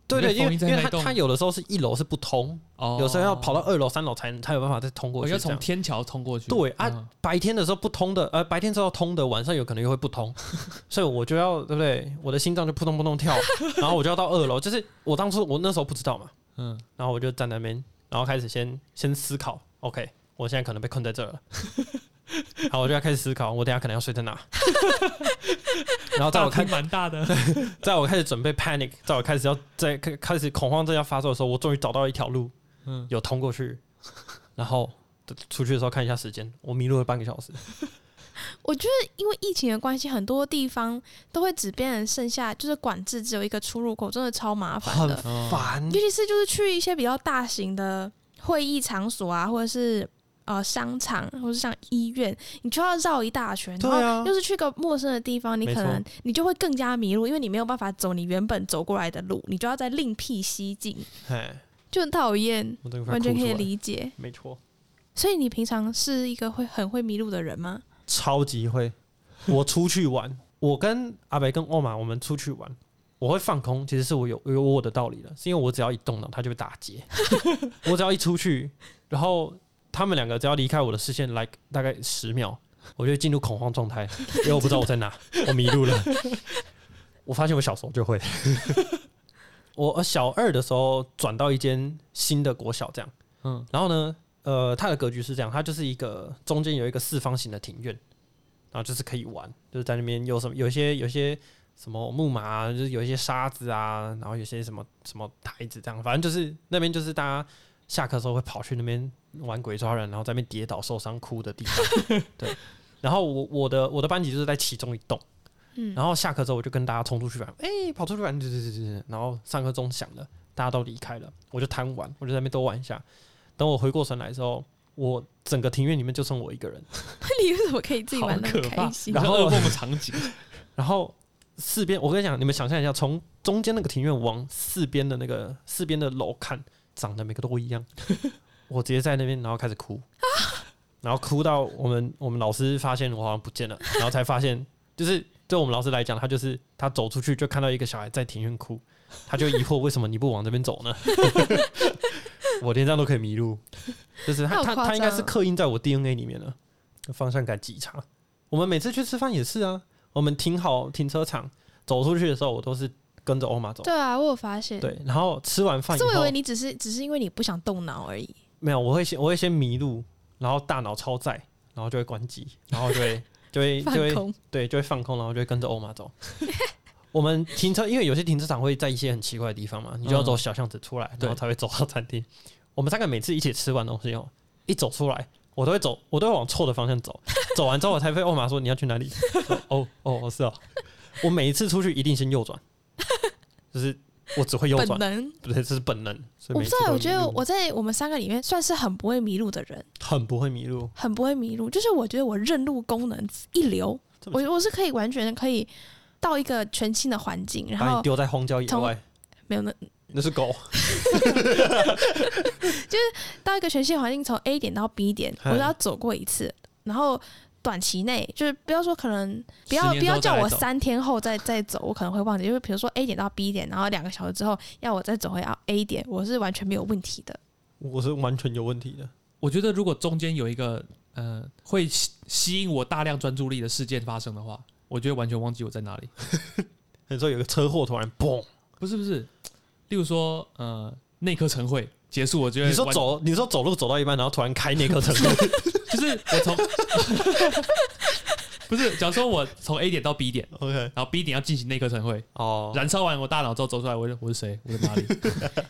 [SPEAKER 1] 对对，
[SPEAKER 3] 你被
[SPEAKER 1] 因
[SPEAKER 3] 封
[SPEAKER 1] 为
[SPEAKER 3] 印在
[SPEAKER 1] 因
[SPEAKER 3] 那
[SPEAKER 1] 为
[SPEAKER 3] 一
[SPEAKER 1] 它
[SPEAKER 3] 栋
[SPEAKER 1] 它有的时候是一楼是不通，
[SPEAKER 3] 哦，
[SPEAKER 1] 有时候要跑到二楼、三楼才能才有办法再通过
[SPEAKER 3] 我
[SPEAKER 1] 去。
[SPEAKER 3] 要
[SPEAKER 1] 这
[SPEAKER 3] 从
[SPEAKER 1] 样
[SPEAKER 3] 天桥通过去。
[SPEAKER 1] 对
[SPEAKER 3] 嗯
[SPEAKER 1] 啊，白天的时候不通的，呃，白天之后通的，晚上有可能又会不 通，所以我就要对不对？我的心脏就扑通扑通 跳，然后我就要到二楼。就是我当初我那时候不知道嘛，
[SPEAKER 3] 嗯，
[SPEAKER 1] 然后我就站在那边，然后开始先先思考，OK，我现在可能被困在这儿了， 好，我就要开始思考，我等一下可能要睡在哪。然后在
[SPEAKER 3] 大
[SPEAKER 1] 我开
[SPEAKER 3] 厅，蛮大的，
[SPEAKER 1] 在我开始准备 panic，在我开始要在开开始恐慌症要发作的时候，我终于找到一条路，
[SPEAKER 3] 嗯，
[SPEAKER 1] 有通过去。然后出去的时候看一下时间，我迷路了半个小时。
[SPEAKER 2] 我觉得因为疫情的关系，很多地方都会只变成剩下就是管制只有一个出入口，真的超麻烦的。
[SPEAKER 3] 哦
[SPEAKER 1] 烦
[SPEAKER 2] 尤其是就是去一些比较大型的会议场所啊，或者是呃商场，或者是像医院，你就要绕一大圈，
[SPEAKER 1] 对
[SPEAKER 2] 然
[SPEAKER 1] 啊
[SPEAKER 2] 后又是去个陌生的地方，你
[SPEAKER 1] 没
[SPEAKER 2] 可
[SPEAKER 1] 错
[SPEAKER 2] 能你就会更加迷路，因为你没有办法走你原本走过来的路，你就要再另辟蹊径，
[SPEAKER 1] 哎，
[SPEAKER 2] 就很讨厌，
[SPEAKER 1] 我这个快
[SPEAKER 2] 完全
[SPEAKER 1] 哭
[SPEAKER 2] 可
[SPEAKER 1] 出
[SPEAKER 2] 以
[SPEAKER 1] 来
[SPEAKER 2] 理解。
[SPEAKER 1] 没错，
[SPEAKER 2] 所以你平常是一个会很会迷路的人吗？
[SPEAKER 1] 超级会。我出去玩，我跟阿北跟欧玛，我们出去玩，我会放空，其实是我有有我的道理的，是因为我只要一动脑，它就会打 结。我只要一出去，然后他们两个只要离开我的视线来大概十秒，我就进入恐慌状态，因为我不知道我在 哪，我迷路了。我发现我小时候就会， 我小二的时候转到一间新的国小，这样，
[SPEAKER 3] 嗯
[SPEAKER 1] 嗯，然后呢，呃，它的格局是这样，它就是一个中间有一个四方形的庭院，然后就是可以玩，就是在那边有什么有一些有一些什么木马、啊，就是有一些沙子啊，然后有些什么什么台子这样，反正就是那边就是大家下课的时候会跑去那边玩鬼抓人，然后在那边跌倒受伤哭的地方，对。然后我我的我的班级就是在其中一栋，
[SPEAKER 2] 嗯
[SPEAKER 1] 然后下课之后我就跟大家冲出去玩，哎、跑出去玩，对对对对对，然后上课钟响了，大家都离开了，我就贪玩，我就在那边多玩一下。等我回过神来的时候，我整个庭院里面就剩我一个人，
[SPEAKER 2] 你为什么可以自己
[SPEAKER 3] 好
[SPEAKER 2] 玩的
[SPEAKER 3] 可怕
[SPEAKER 2] 开，心？
[SPEAKER 1] 然后
[SPEAKER 3] 噩梦的场 景，
[SPEAKER 1] 然后四边，我跟你讲，你们想象一下，从中间那个庭院往四边的那个四边的楼看，长得每个都一 样。我直接在那边，然后开始哭，
[SPEAKER 2] 啊
[SPEAKER 1] 然后哭到我们我们老师发现我好像不见了，然后才发现，就是对我们老师来讲，他就是他走出去就看到一个小孩在庭院哭，他就疑惑为什么你不往这边 走呢？我连这样都可以迷路，就是
[SPEAKER 2] 那
[SPEAKER 1] 他
[SPEAKER 2] 好
[SPEAKER 1] 他
[SPEAKER 2] 夸
[SPEAKER 1] 他应该是
[SPEAKER 2] 张啊
[SPEAKER 1] 刻印在我 DNA 里面了，方向感极差。我们每次去吃饭也是啊，我们停好停车场走出去的时候，我都是跟着欧玛走。
[SPEAKER 2] 对啊，我有发现。
[SPEAKER 1] 对，然后吃完
[SPEAKER 2] 可
[SPEAKER 1] 饭以
[SPEAKER 2] 是
[SPEAKER 1] 后
[SPEAKER 2] 我以为你只是只是因为你不想动脑而已。
[SPEAKER 1] 没有，我会先我会先迷路，然后大脑超载，然后就会关机，然后就会就会就
[SPEAKER 2] 放
[SPEAKER 1] 会
[SPEAKER 2] 空，
[SPEAKER 1] 对就会放空，然后就会跟着欧玛走。 我们停车，因为有些停车场会在一些很奇怪的地方嘛，你就要走小巷子出来，然后
[SPEAKER 3] 对
[SPEAKER 1] 才会走到餐厅。我们三个每次一起吃完东西哦，一走出来，我都会走，我都会往错的方向 走。走完之后，我才会欧玛说你要去哪里？我说哦哦哦，是哦。我每一次出去一定先右转，就是我只会右
[SPEAKER 2] 本
[SPEAKER 1] 转，
[SPEAKER 2] 能。
[SPEAKER 1] 对，这是本能。所以
[SPEAKER 2] 我不
[SPEAKER 1] 每
[SPEAKER 2] 知
[SPEAKER 1] 次
[SPEAKER 2] 道，欸
[SPEAKER 1] 都
[SPEAKER 2] 我
[SPEAKER 1] 会
[SPEAKER 2] 觉
[SPEAKER 1] 迷
[SPEAKER 2] 得
[SPEAKER 1] 路
[SPEAKER 2] 我在我们三个里面算是很不会迷路的人，
[SPEAKER 1] 很不会迷路。
[SPEAKER 2] 很不会迷路。就是我觉得我认路功能一流，
[SPEAKER 1] 这么
[SPEAKER 2] 我我是可以完全可以到一个全新的环境，然
[SPEAKER 1] 把你
[SPEAKER 2] 后
[SPEAKER 1] 丢在荒郊野
[SPEAKER 2] 从
[SPEAKER 1] 外，
[SPEAKER 2] 没有那
[SPEAKER 1] 那是狗。
[SPEAKER 2] 到一个全新的环境，从 A 点到 B 点，我
[SPEAKER 1] 嗨
[SPEAKER 2] 都要走过一次，然后。短期内就是不要说可能不要
[SPEAKER 3] 十年之后
[SPEAKER 2] 不要叫
[SPEAKER 3] 再来
[SPEAKER 2] 我
[SPEAKER 3] 走
[SPEAKER 2] 三天后再再走，我可能会忘记。因为比如说 A 点到 B 点，然后两个小时之后要我再走回到 A 点，我是完全没有问题的。
[SPEAKER 1] 我是完全有问题的。
[SPEAKER 3] 我觉得如果中间有一个呃会吸吸引我大量专注力的事件发生的话，我就会完全忘记我在哪里。
[SPEAKER 1] 你说有个车祸突然嘣，
[SPEAKER 3] 不是不是，例如说呃内科晨会结束，我就会
[SPEAKER 1] 你说
[SPEAKER 3] 完，
[SPEAKER 1] 走，你说走路走到一半，然后突然开那个 车，
[SPEAKER 3] 就是我 从不是，假如说我从 A 点到 B 点，
[SPEAKER 1] OK，
[SPEAKER 3] 然后 B 点要进行内科晨会，
[SPEAKER 1] 哦，
[SPEAKER 3] 燃烧完我大脑之后走出来，我就我是谁，我在哪里？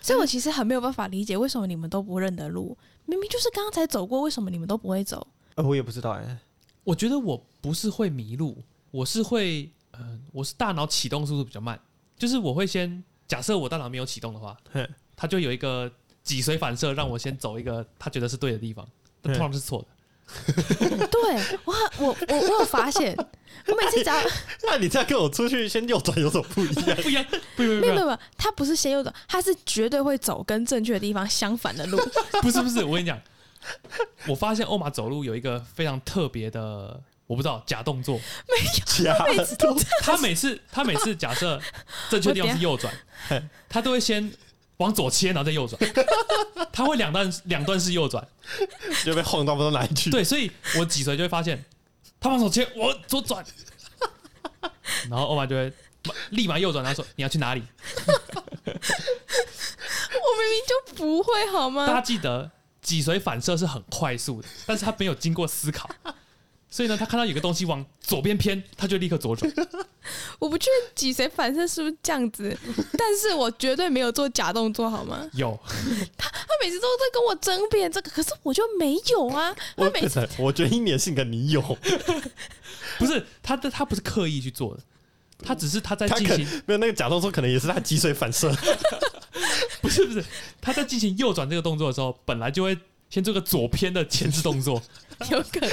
[SPEAKER 2] 所以我其实很没有办法理解为什么你们都不认得路，明明就是刚才走过，为什么你们都不会走？
[SPEAKER 1] 呃我也不知道哎，
[SPEAKER 3] 我觉得我不是会迷路，我是会，嗯、我是大脑启动速度比较慢，就是我会先假设我大脑没有启动的话
[SPEAKER 1] 嘿，
[SPEAKER 3] 它就有一个脊髓反射让我先走一个他觉得是对的地方，但
[SPEAKER 1] 嘿
[SPEAKER 3] 通常是错的。
[SPEAKER 2] 对我很，我我我有发现，我每次只要
[SPEAKER 1] 那你这样跟我出去先右转有什么不一样？
[SPEAKER 3] 不一样，不一样，不
[SPEAKER 2] 没
[SPEAKER 3] 一
[SPEAKER 2] 有没
[SPEAKER 3] 样，
[SPEAKER 2] 有，没有他不是先右转，他是绝对会走跟正确的地方相反的路。
[SPEAKER 3] 不是不是，我跟你讲，我发现欧玛走路有一个非常特别的，我不知道假动作，
[SPEAKER 1] 假
[SPEAKER 2] 每次都这样
[SPEAKER 3] 他每次他每次假设正确地方是右转，他都会先往左切，然后再右转， 他会两段两段是右转。
[SPEAKER 1] 就被晃到不知道哪里去。
[SPEAKER 3] 对，所以我脊髓就会发现，他往左切，我左转， 然后欧玛就会马立马右转，然后说你要去哪里？
[SPEAKER 2] 我明明就不会好
[SPEAKER 3] 大家
[SPEAKER 2] 吗？
[SPEAKER 3] 记得脊髓反射是很快速的，但是他没有经过思考，所以呢，他看到有个东西往左边偏，他就立刻左转。
[SPEAKER 2] 我不确定脊髓反射是不是这样子，但是我绝对没有做假动作，好吗？
[SPEAKER 3] 有，
[SPEAKER 2] 他每次都在跟我争辩这个，可是我就没有啊。他每次
[SPEAKER 1] 我觉得一年性格你有，
[SPEAKER 3] 不是他的，他不是刻意去做的，他只是他在
[SPEAKER 1] 他
[SPEAKER 3] 进
[SPEAKER 1] 可
[SPEAKER 3] 行，
[SPEAKER 1] 没有那个假动作，可能也是他脊髓反射。
[SPEAKER 3] 不是不是，他在进行右转这个动作的时候，本来就会先做个左偏的前置动作，
[SPEAKER 2] 有可能，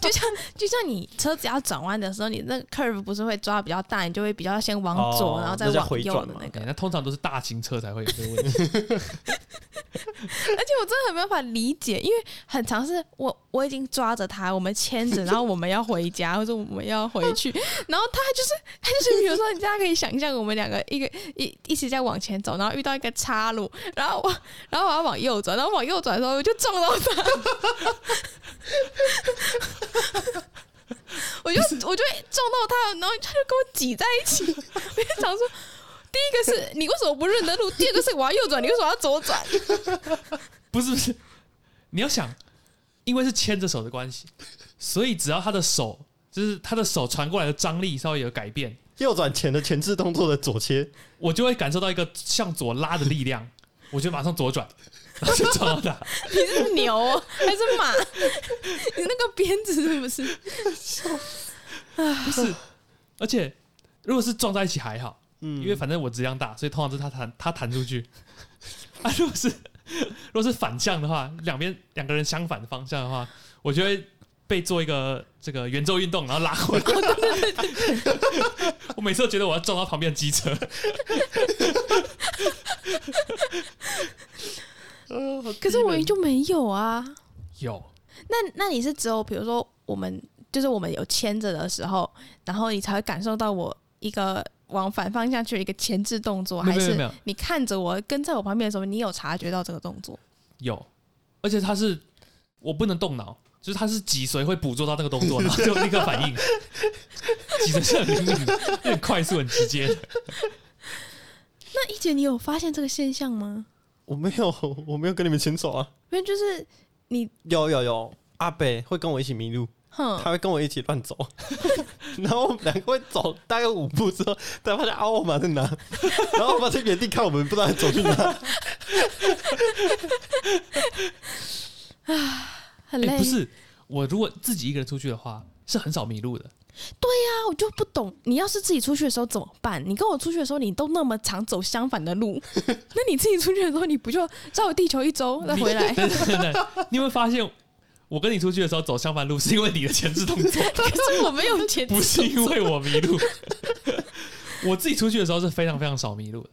[SPEAKER 2] 就像就像你车子要转弯的时候，你那个 curve 不是会抓比较大，你就会比较先往左，
[SPEAKER 1] 哦
[SPEAKER 2] 然后再
[SPEAKER 1] 那叫
[SPEAKER 2] 往
[SPEAKER 1] 回
[SPEAKER 2] 右
[SPEAKER 1] 转
[SPEAKER 2] 的
[SPEAKER 1] 嘛
[SPEAKER 2] 那个
[SPEAKER 3] 哎。那通常都是大型车才会 有这个问题。
[SPEAKER 2] 而且我真的很没办法理解，因为很常是我我已经抓着他，我们牵着，然后我们要回家或者我们要回去，然后他就是他就是，比如说你大家可以想象我们两个一个一一起在往前走，然后遇到一个岔路，然后我然后我要往右转，然后往右转的时候我就撞到他，我就我就撞到他，然后他就跟我挤在一起，我就想说。第一个是你为什么不认得路？第二个是我要右转，你为什么要左转？
[SPEAKER 3] 不是不是，你要想，因为是牵着手的关系，所以只要他的手，就是他的手传过来的张力稍微有改变，
[SPEAKER 1] 右转前的前置动作的左切，
[SPEAKER 3] 我就会感受到一个向左拉的力量，我就马上左转，然后就撞到他。
[SPEAKER 2] 你是牛哦还是马？ 你那个鞭子是不是？
[SPEAKER 3] 不 是，而且如果是撞在一起还好，因为反正我质量大，所以通常是他弹他弹出去。 啊，如果是如果是反向的话，两边两个人相反的方向的话，我就会被做一个这个圆周运动，然后拉 回来。我每次都觉得我要撞到旁边的机车，
[SPEAKER 2] 可是我明明就没有啊。
[SPEAKER 3] 有
[SPEAKER 2] 那那你是只有比如说我们就是我们有牵着的时候，然后你才会感受到我一个往反方向去的一个前置动作，
[SPEAKER 3] 没
[SPEAKER 2] 还
[SPEAKER 3] 有没有没
[SPEAKER 2] 是
[SPEAKER 3] 有
[SPEAKER 2] 你看着我跟在我旁边的时候，你有察觉到这个动作？
[SPEAKER 3] 有，而且他是我不能动脑，就是他是脊髓会捕捉到那个动作，然后就立刻 反应，脊髓是很灵敏的，很快速很直接的。
[SPEAKER 2] 那一姐，你有发现这个现象吗？
[SPEAKER 1] 我没有， 我没有跟你们牵手啊。
[SPEAKER 2] 因为就是你，
[SPEAKER 1] 有有有，阿北会跟我一起迷路，
[SPEAKER 2] 哼，
[SPEAKER 1] 他会跟我一起乱 走，然后我们两个会走大概五步之后，才发现啊，我妈在哪？ 然后我妈在原地看我们，不知道走去 哪。
[SPEAKER 2] 很累、
[SPEAKER 3] 哎、不是，我如果自己一个人出去的话，是很少迷路的。
[SPEAKER 2] 啊，我就不懂，你要是自己出去的时候怎么办？你跟我出去的时候，你都那么常走相反的 路，那你自己出去的时候，你不就绕地球一周再回 来？
[SPEAKER 3] 对对对，你有没有发现，我跟你出去的时候走相反路，是因为你的前置动作，
[SPEAKER 2] 可是我没有钱，
[SPEAKER 3] 不是因为我迷路。 我自己出去的时候是非常非常少迷路的。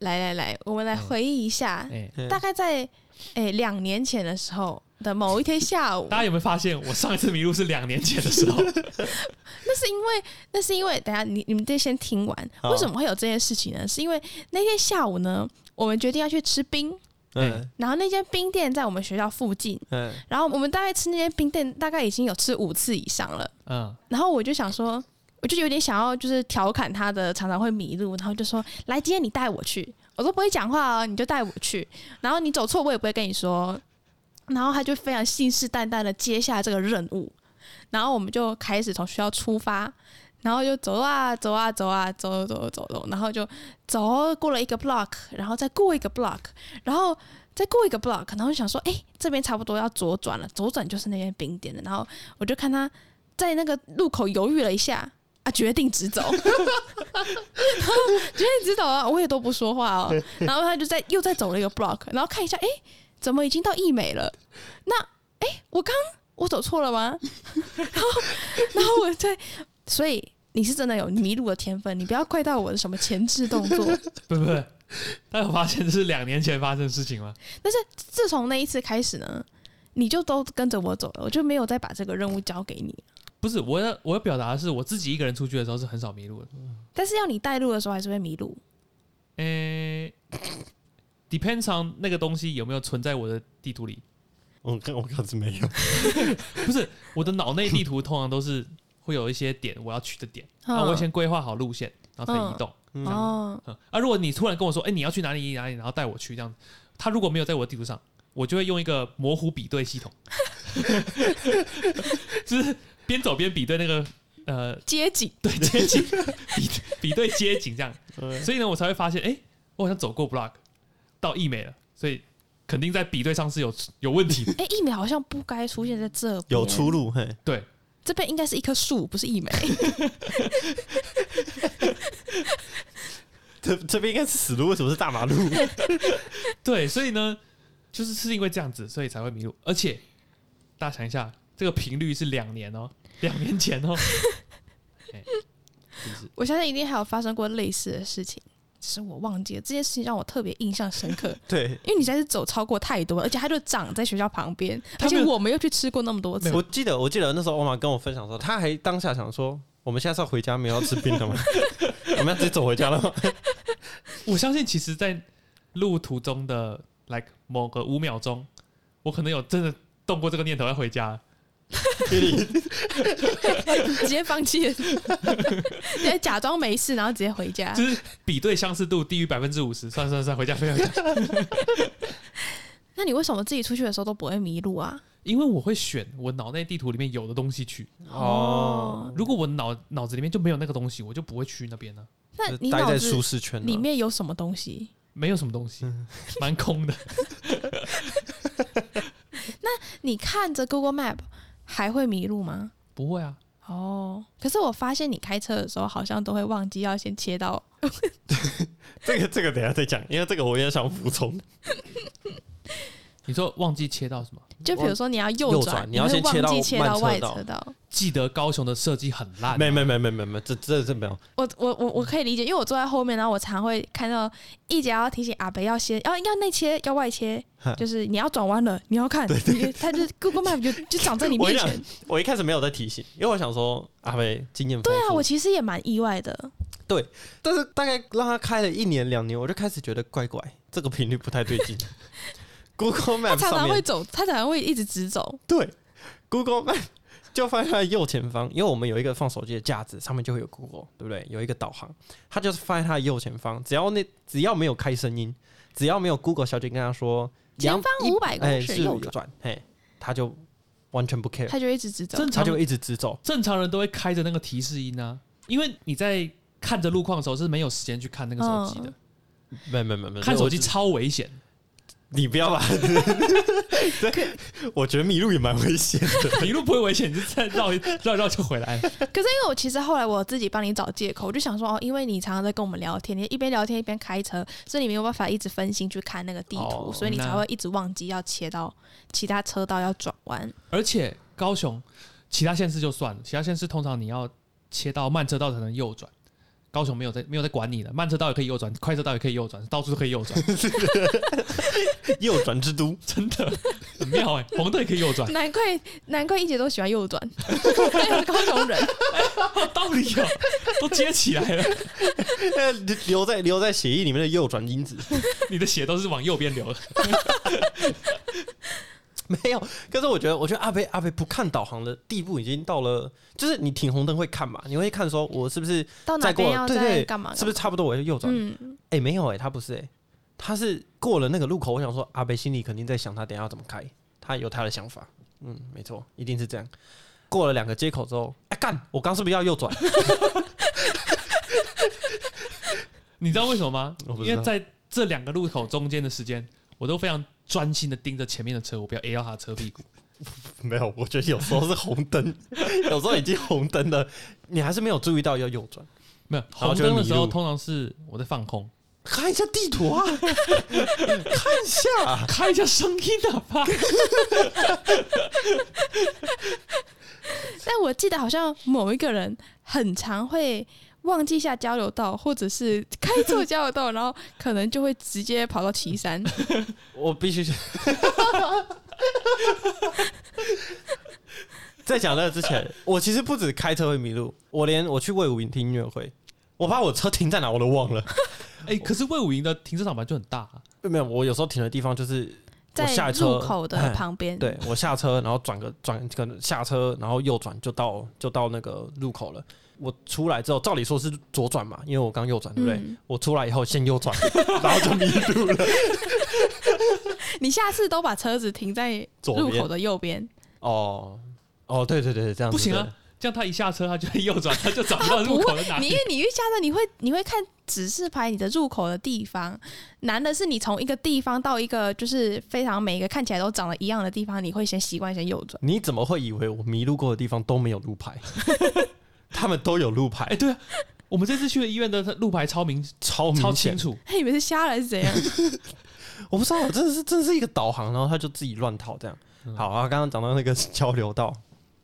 [SPEAKER 2] 来来来，我们来回忆一下，
[SPEAKER 3] 嗯哎、
[SPEAKER 2] 大概在诶两年前的时候的某一天下午
[SPEAKER 3] 大，家有没有发现，我上一次迷路是两年前的时候？
[SPEAKER 2] 那是因为那是因为等一下你你们得先听完，
[SPEAKER 3] 哦
[SPEAKER 1] 好
[SPEAKER 2] 为什么会有这件事情呢？是因为那天下午呢，我们决定要去吃冰，
[SPEAKER 1] 嗯
[SPEAKER 2] 然后那间冰店在我们学校附近，
[SPEAKER 1] 嗯，
[SPEAKER 2] 然后我们大概吃那间冰店，大概已经有吃五次以上了。
[SPEAKER 3] 嗯，
[SPEAKER 2] 然后我就想说，我就有点想要就是调侃他的，常常会迷路，然后就说：“来，今天你带我去。”我都不会讲话哦，你就带我去。然后你走错，我也不会跟你说。然后他就非常信誓旦旦的接下这个任务，然后我们就开始从学校出发，然后就走啊走啊走啊走走走走，然后就走过了一个 block，然后再过一个 block，然后再过一个 block，然后就想说，哎、这边差不多要左转了，左转就是那间冰点了。然后我就看他在那个路口犹豫了一下啊，决定直走，然后决定直走啊，我也都不说话哦。然后他就在又再走了一个 block，然后看一下，诶，怎么已经到义美了？那诶，我刚我走错了吗？ 然后然后我在，所以你是真的有迷路的天分，你不要怪到我的什么前置动作。
[SPEAKER 3] 不不，大家有发现这是两年前发生的事情吗？
[SPEAKER 2] 自从那一次开始呢，你就都跟着我走了，我就没有再把这个任务交给你。
[SPEAKER 3] 不是，我要我要表达的是，我自己一个人出去的时候是很少迷路的。
[SPEAKER 2] 但是要你带路的时候，还是会迷路。
[SPEAKER 3] 诶、d e p e n d s on 那个东西有没有存在我的地图里？
[SPEAKER 1] 我看我可是没有。
[SPEAKER 3] 不是，我的脑内地图通常都是会有一些点我要去的点，然后我会先规划好路线，然后再移动。
[SPEAKER 1] 嗯
[SPEAKER 2] 哦，
[SPEAKER 3] 嗯啊，如果你突然跟我说，哎、你要去哪里哪里，然后带我去这样子，他如果没有在我的地图上，我就会用一个模糊比对系统， 就是边走边比对那个呃
[SPEAKER 2] 街景
[SPEAKER 3] 对街景，比比对街景这样，
[SPEAKER 1] 嗯
[SPEAKER 3] 所以呢，我才会发现，哎、我好像走过 block 到义美了，所以肯定在比对上是有有问题的。
[SPEAKER 2] 哎，疫苗好像不该出现在这边，
[SPEAKER 1] 有出路，嘿，
[SPEAKER 3] 对，
[SPEAKER 2] 这边应该是一棵树，不是一枚。
[SPEAKER 1] 这这边应该是死路，为什么是大马 路？
[SPEAKER 3] 对，所以呢，就是是因为这样子，所以才会迷路。而且大家想一下，这个频率是两年哦， 两年前哦，哎是不是？
[SPEAKER 2] 我相信一定还有发生过类似的事情，只是我忘记了这件事情让我特别印象深刻，
[SPEAKER 1] 对，
[SPEAKER 2] 因为你实在是走超过太多，而且它就长在学校旁边，
[SPEAKER 3] 它
[SPEAKER 2] 而
[SPEAKER 3] 没有
[SPEAKER 2] 且我们又去吃过那么多次，
[SPEAKER 1] 我记得我记得那时候欧玛跟我分享说，他还当下想说，我们现在是要回家，没有要吃 冰的吗？我们要直接走回家了吗？
[SPEAKER 3] 我相信，其实，在路途中的 like 某个五秒钟，我可能有真的动过这个念头要回家。
[SPEAKER 2] 直接放弃了， 直接假装没事，然后直接回家
[SPEAKER 3] 就。是比对相似度低于百分之五十，算算算，回家回家。回家
[SPEAKER 2] 那你为什么自己出去的时候都不会迷路啊？
[SPEAKER 3] 因为我会选我脑内地图里面有的东西去，
[SPEAKER 1] 哦，
[SPEAKER 3] 如果我脑脑子里面就没有那个东西，我就不会去那边啊呢、
[SPEAKER 2] 那
[SPEAKER 1] 就
[SPEAKER 2] 你
[SPEAKER 1] 待
[SPEAKER 2] 脑
[SPEAKER 1] 在
[SPEAKER 2] 子
[SPEAKER 1] 舒适圈了啊
[SPEAKER 2] 里面有什么东西？
[SPEAKER 3] 没有什么东西，蛮空的。
[SPEAKER 2] 你看着 Google Map 还会迷路吗？
[SPEAKER 3] 不会啊，
[SPEAKER 2] 哦，可是我发现你开车的时候好像都会忘记要先切到
[SPEAKER 1] 这个这个等一下再讲，因为这个我也想服 从。
[SPEAKER 3] 你说忘记切到什么？
[SPEAKER 2] 就比如说你要右
[SPEAKER 1] 右
[SPEAKER 2] 转，
[SPEAKER 1] 转你要
[SPEAKER 2] 会
[SPEAKER 1] 先切
[SPEAKER 2] 忘
[SPEAKER 1] 到
[SPEAKER 2] 记切到
[SPEAKER 1] 慢车
[SPEAKER 2] 外
[SPEAKER 1] 道
[SPEAKER 2] 车道。
[SPEAKER 3] 记得高雄的设计很烂、
[SPEAKER 2] 啊
[SPEAKER 1] 没没没没没没，这这这没有。
[SPEAKER 2] 我我我我可以理解，因为我坐在后面，然后我常会看到一姐要提醒阿北要先要要内切要外切
[SPEAKER 1] 哈，
[SPEAKER 2] 就是你要转弯了，你要看，你他就 Google Map 就就长在你
[SPEAKER 1] 我
[SPEAKER 2] 面
[SPEAKER 1] 跟你讲
[SPEAKER 2] 前。
[SPEAKER 1] 我一开始没有在提醒，因为我想说阿飞经验丰
[SPEAKER 2] 对
[SPEAKER 1] 富。
[SPEAKER 2] 啊，我其实也蛮意外的。
[SPEAKER 1] 但是大概让他开了一年两年，我就开始觉得怪怪，这个频率不太对 劲。Google Map
[SPEAKER 2] 他常
[SPEAKER 1] 上
[SPEAKER 2] 常会
[SPEAKER 1] 面
[SPEAKER 2] 走，他常常会一直直走。
[SPEAKER 1] 对 Google Map 就放在它的右前方，因为我们有一个放手机的架子，上面就会有 Google，对不对？有一个导航，它就是放在它的右前方。只要那只要没有开声音，只要没有 Google 小姐跟他说
[SPEAKER 2] 前方
[SPEAKER 1] 一
[SPEAKER 2] 500公
[SPEAKER 1] 哎
[SPEAKER 2] 尺
[SPEAKER 1] 是
[SPEAKER 2] 右转
[SPEAKER 1] 转，嘿，他就完全不 care，
[SPEAKER 2] 他就一直直走
[SPEAKER 3] 正，
[SPEAKER 1] 他
[SPEAKER 3] 常
[SPEAKER 1] 就一直直走。
[SPEAKER 3] 正常人都会开着那个提示音啊，因为你在看着路况的时候是没有时间去看那个手机的，
[SPEAKER 1] 没没没没，
[SPEAKER 3] 看手机
[SPEAKER 1] 我只
[SPEAKER 3] 超危险。
[SPEAKER 1] 你不要 吧。对，我觉得迷路也蛮危险的。
[SPEAKER 3] 迷路不会危险，你就再绕一绕一绕就回来了。
[SPEAKER 2] 可是因为我其实后来我自己帮你找借口，我就想说哦，因为你常常在跟我们聊天，你一边聊天一边开车，所以你没有办法一直分心去看那个地图，
[SPEAKER 3] 哦
[SPEAKER 2] 所以你才
[SPEAKER 3] 那
[SPEAKER 2] 会一直忘记要切到其他车道要转弯。
[SPEAKER 3] 而且高雄其他县市就算了，其他县市通常你要切到慢车道才能右转。高雄没有在没有在管你的，慢车道也可以右转，快车道也可以右转，到处都可以右转，
[SPEAKER 1] 右转之 都，
[SPEAKER 3] 真的很妙哎、红灯也可以右 转，
[SPEAKER 2] 难怪难怪一姐都喜欢 右转，因为高雄人。
[SPEAKER 3] 有道理哦、 都接起来了，
[SPEAKER 1] 呃留在留在血液里面的右转因子
[SPEAKER 3] 你的血都是往右边流的。
[SPEAKER 1] 没有。可是我觉得，我觉得阿贝阿贝不看导航的地步已经到了，就是你停红灯会看嘛，你会看说我是不是
[SPEAKER 2] 到哦哪
[SPEAKER 1] 再
[SPEAKER 2] 边
[SPEAKER 1] 过
[SPEAKER 2] 要
[SPEAKER 1] 对
[SPEAKER 2] 再
[SPEAKER 1] 对
[SPEAKER 2] 干嘛？
[SPEAKER 1] 是不是差不多我就右转？哎、
[SPEAKER 2] 嗯，
[SPEAKER 1] 没有哎、他不是哎、他是过了那个路口。我想说，阿贝心里肯定在想他等一下要怎么开，他有他的想法。嗯，没错，一定是这样。过了两个街口之后， 哎、干，我刚是不是要右转？
[SPEAKER 3] 你知道为什么吗？
[SPEAKER 1] 我不知道
[SPEAKER 3] 因为在这两个路口中间的时间，我都非常专心的盯着前面的车，我不要 A 到他的车 屁股。
[SPEAKER 1] 没有，我觉得有时候是红灯， 有时候已经红灯了，你还是没有注意到要右转。
[SPEAKER 3] 没有
[SPEAKER 1] 后
[SPEAKER 3] 红
[SPEAKER 1] 就会
[SPEAKER 3] 灯的时
[SPEAKER 1] 迷
[SPEAKER 3] 候，
[SPEAKER 1] 路
[SPEAKER 3] 通常是我在放空，
[SPEAKER 1] 看一下地图啊，看一下。
[SPEAKER 3] 开一下声音啊 哪怕。
[SPEAKER 2] 但我记得好像某一个人很常会忘记下交流道，或者是开错交流道，然后可能就会直接跑到岐山。
[SPEAKER 1] 我必 须。在讲那个之前，我其实不止开车会迷路，我连我去魏武营听音乐会，我把我车停在哪我都忘了。
[SPEAKER 3] 哎、可是魏武营的停车场本来就很大、啊，
[SPEAKER 1] 没有，我有时候停的地方就是 我
[SPEAKER 2] 在
[SPEAKER 1] 下车
[SPEAKER 2] 入口的
[SPEAKER 1] 哎
[SPEAKER 2] 旁边，
[SPEAKER 1] 对我下车，然后转个转，可能下车，然后右转就到就到那个路口了。我出来之后，照理说是左转嘛，因为我刚右转，对不对？
[SPEAKER 2] 嗯
[SPEAKER 1] 我出来以后先右转， 然后就迷路了。
[SPEAKER 2] 你下次都把车子停在
[SPEAKER 1] 左
[SPEAKER 2] 入
[SPEAKER 1] 边
[SPEAKER 2] 口的右边，
[SPEAKER 1] 哦哦，对对对，这样子
[SPEAKER 3] 不行
[SPEAKER 1] 对啊
[SPEAKER 3] 啊，这样他一下车他就会右转， 他就找不到入口在哪
[SPEAKER 2] 你因
[SPEAKER 3] 里
[SPEAKER 2] 为。你遇下的你会你会看指示牌，你的入口的地方。难的是你从一个地方到一个就是非常每一个看起来都长得一样的地方，你会先习惯先右转。
[SPEAKER 1] 你怎么会以为我迷路过的地方都没有路 牌？他们都有路牌，
[SPEAKER 3] 哎，对啊，我们这次去的医院的路牌超明
[SPEAKER 1] 超哦明
[SPEAKER 3] 超
[SPEAKER 1] 显
[SPEAKER 3] 清。楚，
[SPEAKER 2] 他以为是瞎了还 是怎样？
[SPEAKER 1] 我不知道，我真的是真的是一个导航，然后他就自己乱套这样。
[SPEAKER 3] 嗯
[SPEAKER 1] 好啊，刚刚讲到那个交流道，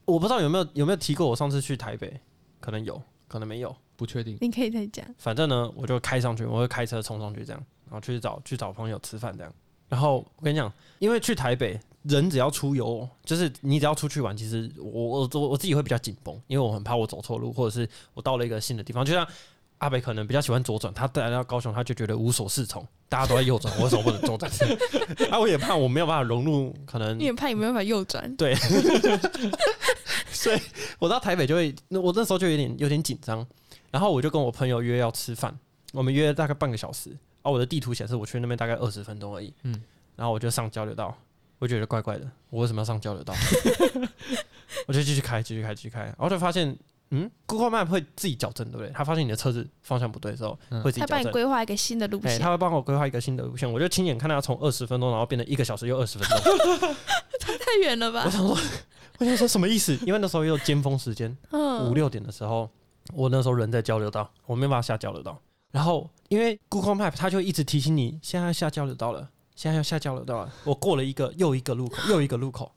[SPEAKER 1] 我不知道有没有有没有提过，我上次去台北，可能有，可能没有。
[SPEAKER 3] 不确定。
[SPEAKER 2] 你可以再讲。
[SPEAKER 1] 反正呢，我就开上去，我会开车冲上去这样，然后去找去找朋友吃饭这样。然后我跟你讲，因为去台北，人只要出游，就是你只要出去玩，其实我我我我自己会比较紧绷，因为我很怕我走错路，或者是我到了一个新的地方，就像。阿北可能比较喜欢左转，他来到高雄，他就觉得无所适从，大家都在右转，我为什么不能左转？啊，我也怕我没有办法融入，可能
[SPEAKER 2] 因为怕你没办法右转，
[SPEAKER 1] 所以我到台北就会，那我那时候就有点有点紧张，然后我就跟我朋友约要吃饭，我们约了大概半个小时，啊，我的地图显示我去那边大概二十分钟而已，嗯
[SPEAKER 3] 嗯，
[SPEAKER 1] 然后我就上交流道，我觉得怪怪的，我为什么要上交流道？我就继续开，继续开，继续开，然后就发现，嗯，Google Map 会自己矫正，对不对？他发现你的车子方向不对的时候，
[SPEAKER 3] 嗯
[SPEAKER 1] 会自己
[SPEAKER 2] 他
[SPEAKER 1] 矫
[SPEAKER 2] 帮你
[SPEAKER 1] 正。
[SPEAKER 2] 规划一个新的路
[SPEAKER 1] 哎、
[SPEAKER 2] 线，
[SPEAKER 1] 他会帮我规划一个新的路线，我就亲眼看他从二十分钟，然后变成一个小时又二十分钟，
[SPEAKER 2] 太远了吧
[SPEAKER 1] 我？想说，我想说什么意思？因为那时候又尖峰时间，五
[SPEAKER 2] 嗯，
[SPEAKER 1] 六点的时候，我那时候人在交流道，我没有办法下交流道。然后因为 Google Map 它就一直提醒你，现在要下交流道了，现在要下交流道了。我过了一个又一个路口，又一个路口，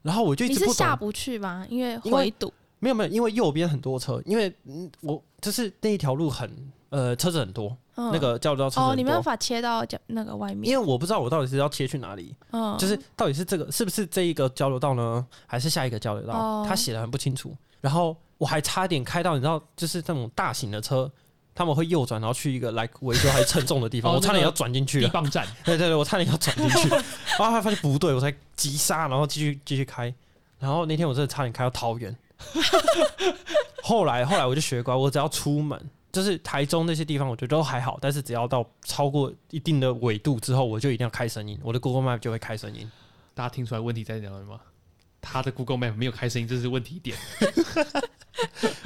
[SPEAKER 1] 然后我就一
[SPEAKER 2] 你
[SPEAKER 1] 直
[SPEAKER 2] 是
[SPEAKER 1] 不
[SPEAKER 2] 下
[SPEAKER 1] 懂，
[SPEAKER 2] 不去吗？因为
[SPEAKER 1] 因为
[SPEAKER 2] 回堵，
[SPEAKER 1] 没有没有，因为右边很多车，因为嗯我就是那一条路很呃车子很多，
[SPEAKER 2] 嗯
[SPEAKER 1] 那个交流道车子
[SPEAKER 2] 哦，
[SPEAKER 1] 很
[SPEAKER 2] 你没
[SPEAKER 1] 多。
[SPEAKER 2] 办法切到角那个外面，
[SPEAKER 1] 因为我不知道我到底是要切去哪里，
[SPEAKER 2] 嗯，
[SPEAKER 1] 就是到底是这个是不是这一个交流道呢，还是下一个交流道？
[SPEAKER 2] 哦
[SPEAKER 1] 他写的很不清楚。然后我还差点开到，你知道，就是那种大型的车，他们会右转，然后去一个来维修还称重的地方，
[SPEAKER 3] 哦
[SPEAKER 1] 我差点
[SPEAKER 3] 那个
[SPEAKER 1] 要转进去
[SPEAKER 3] 地
[SPEAKER 1] 了。
[SPEAKER 3] 磅站，
[SPEAKER 1] 对对对，我差点要转进 去，然后他发现不对，我才急刹，然后继续继续开。然后那天我真的差点开到桃 园。后来后来我就学乖，我只要出门，就是台中那些地方，我觉得都还好，但是只要到超过一定的纬度之后，我就一定要开声音，我的 Google Map 就会开声音。
[SPEAKER 3] 大家听出来问题在哪里吗？他的 Google Map 没有开声音，这是问题点。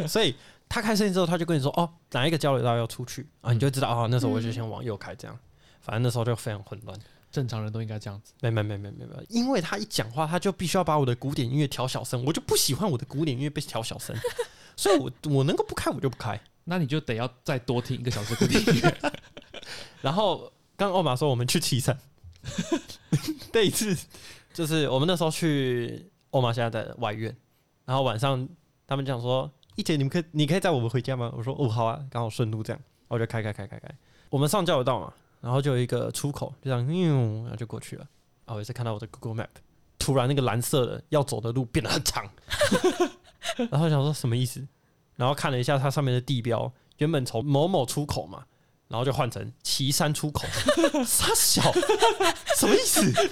[SPEAKER 1] 所以他开声音之后，他就跟你说：“哦，哪一个交流道要出去啊？”你就知道啊、那时候我就先往右开，这样，反正那时候就非常混乱。
[SPEAKER 3] 正常人都应该这样子。
[SPEAKER 1] 没没没没没没，因为他一讲话，他就必须要把我的古典音乐调小声，我就不喜欢我的古典音乐被调小声， 所以我我能够不开我就不开。
[SPEAKER 3] 那你就得要再多听一个小时的音乐。
[SPEAKER 1] 然后刚欧玛说我们去岐山， 那一次就是我们那时候去欧玛现在的外院，然后晚上他们讲说一姐你们可以你可以载我们回家吗？我说哦好啊，刚好顺路这样，然后我就开开开开开，我们上交流道嘛，然后就有一个出口，就这样，嗯，然后就过去了。然后我也是看到我的 Google Map，突然那个蓝色的要走的路变得很长， 然后想说什么意思？然后看了一下它上面的地标，原本从某某出口嘛，然后就换成岐山出口， 傻小，什么意思？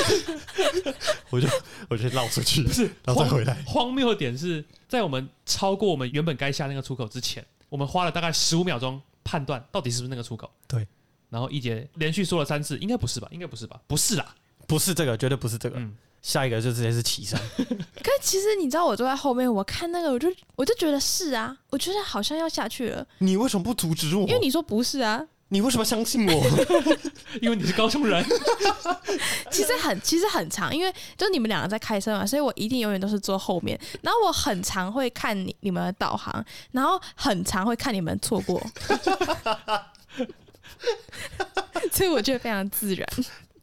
[SPEAKER 1] 我就我就绕出去，然后再回来。
[SPEAKER 3] 荒谬的点是在我们超过我们原本该下那个出口之前，我们花了大概十五秒钟判断到底是不是那个出口。
[SPEAKER 1] 对。
[SPEAKER 3] 然后一姐连续说了三次，应该不是吧？应该不是吧？不是啦。
[SPEAKER 1] 不是这个，绝对不是这个。
[SPEAKER 3] 嗯
[SPEAKER 1] 下一个就直接是岐山，
[SPEAKER 2] 可其实你知道，我坐在后面，我看那个，我就我就觉得是啊，我觉得好像要下去了，
[SPEAKER 1] 你为什么不阻止我？
[SPEAKER 2] 因为你说不是啊，
[SPEAKER 1] 你为什么相信我？
[SPEAKER 3] 因为你是高雄 人，
[SPEAKER 2] 其实很其实很长，因为就是你们两个在开车嘛，所以我一定永远都是坐后面，然后我很常会看你你们的导航，然后很常会看你们错 过，所以我觉得非常自然。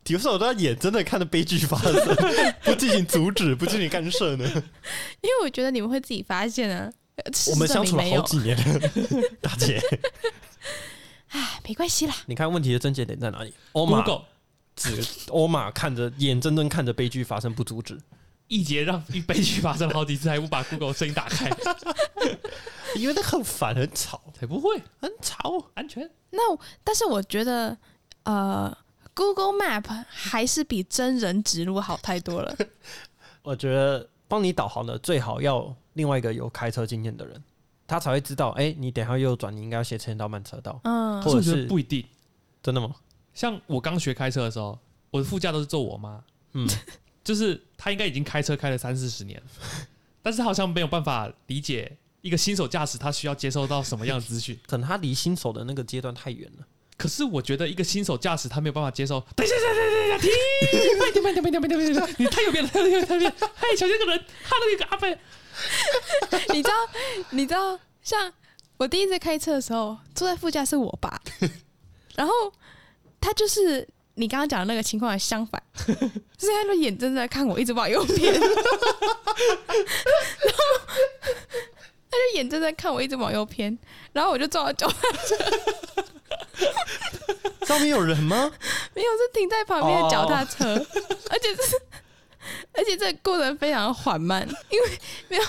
[SPEAKER 1] 有时候我都要眼睁睁看着悲剧发生， 不进行阻止，不进行干涉呢。
[SPEAKER 2] 因为我觉得你们会自己发现啊。呃事实
[SPEAKER 1] 我们相
[SPEAKER 2] 证明
[SPEAKER 1] 处了
[SPEAKER 2] 没
[SPEAKER 1] 好
[SPEAKER 2] 有，
[SPEAKER 1] 几年了， 大姐，
[SPEAKER 2] 哎，没关系啦。
[SPEAKER 1] 你看问题的症结点在哪里？欧玛
[SPEAKER 3] Google
[SPEAKER 1] 指欧玛看着眼睁睁看着悲剧发生不阻止，
[SPEAKER 3] 一姐让悲剧发生了好几次，还不把 Google 声音打 开，
[SPEAKER 1] 因为那很烦，很吵，
[SPEAKER 3] 才不会
[SPEAKER 1] 很吵。
[SPEAKER 3] 安全。
[SPEAKER 2] 那我但是我觉得，呃，Google Map 还是比真人指路好太多了。
[SPEAKER 1] 我觉得帮你导航的最好要另外一个有开车经验的人，他才会知道，哎、你等一下右转，你应该要斜车道慢车道，
[SPEAKER 2] 嗯，
[SPEAKER 1] 或者
[SPEAKER 3] 可是我觉
[SPEAKER 1] 是
[SPEAKER 3] 得不一定。
[SPEAKER 1] 真的吗？
[SPEAKER 3] 像我刚学开车的时候，我的副驾都是坐我妈，
[SPEAKER 1] 嗯，
[SPEAKER 3] 就是他应该已经开车开了三四十 年，但是他好像没有办法理解一个新手驾驶他需要接受到什么样的资讯。
[SPEAKER 1] 可能他离新手的那个阶段太远了。
[SPEAKER 3] 可是我觉得一个新手驾驶他没有办法接受，等一下，等一下，等一下，停，慢一点，慢一点，慢一点，慢一点，慢一点，你太右边了，太右边了，太右边了，嘿，小心那个人，他的那个阿贝，
[SPEAKER 2] 你知道，你知道，像我第一次开车的时候，坐在副驾是我爸，然后他就是你刚刚讲的那个情况的相反，就是他的眼睁睁地看我，一直往右边，然后他就眼睁睁地看我一直往右偏，然后我就撞到脚，
[SPEAKER 1] 上面有人 吗？
[SPEAKER 2] 没有是停在旁边的脚踏
[SPEAKER 1] 哦
[SPEAKER 2] 车，而且是。 而且这个过程非常缓慢，因为没有，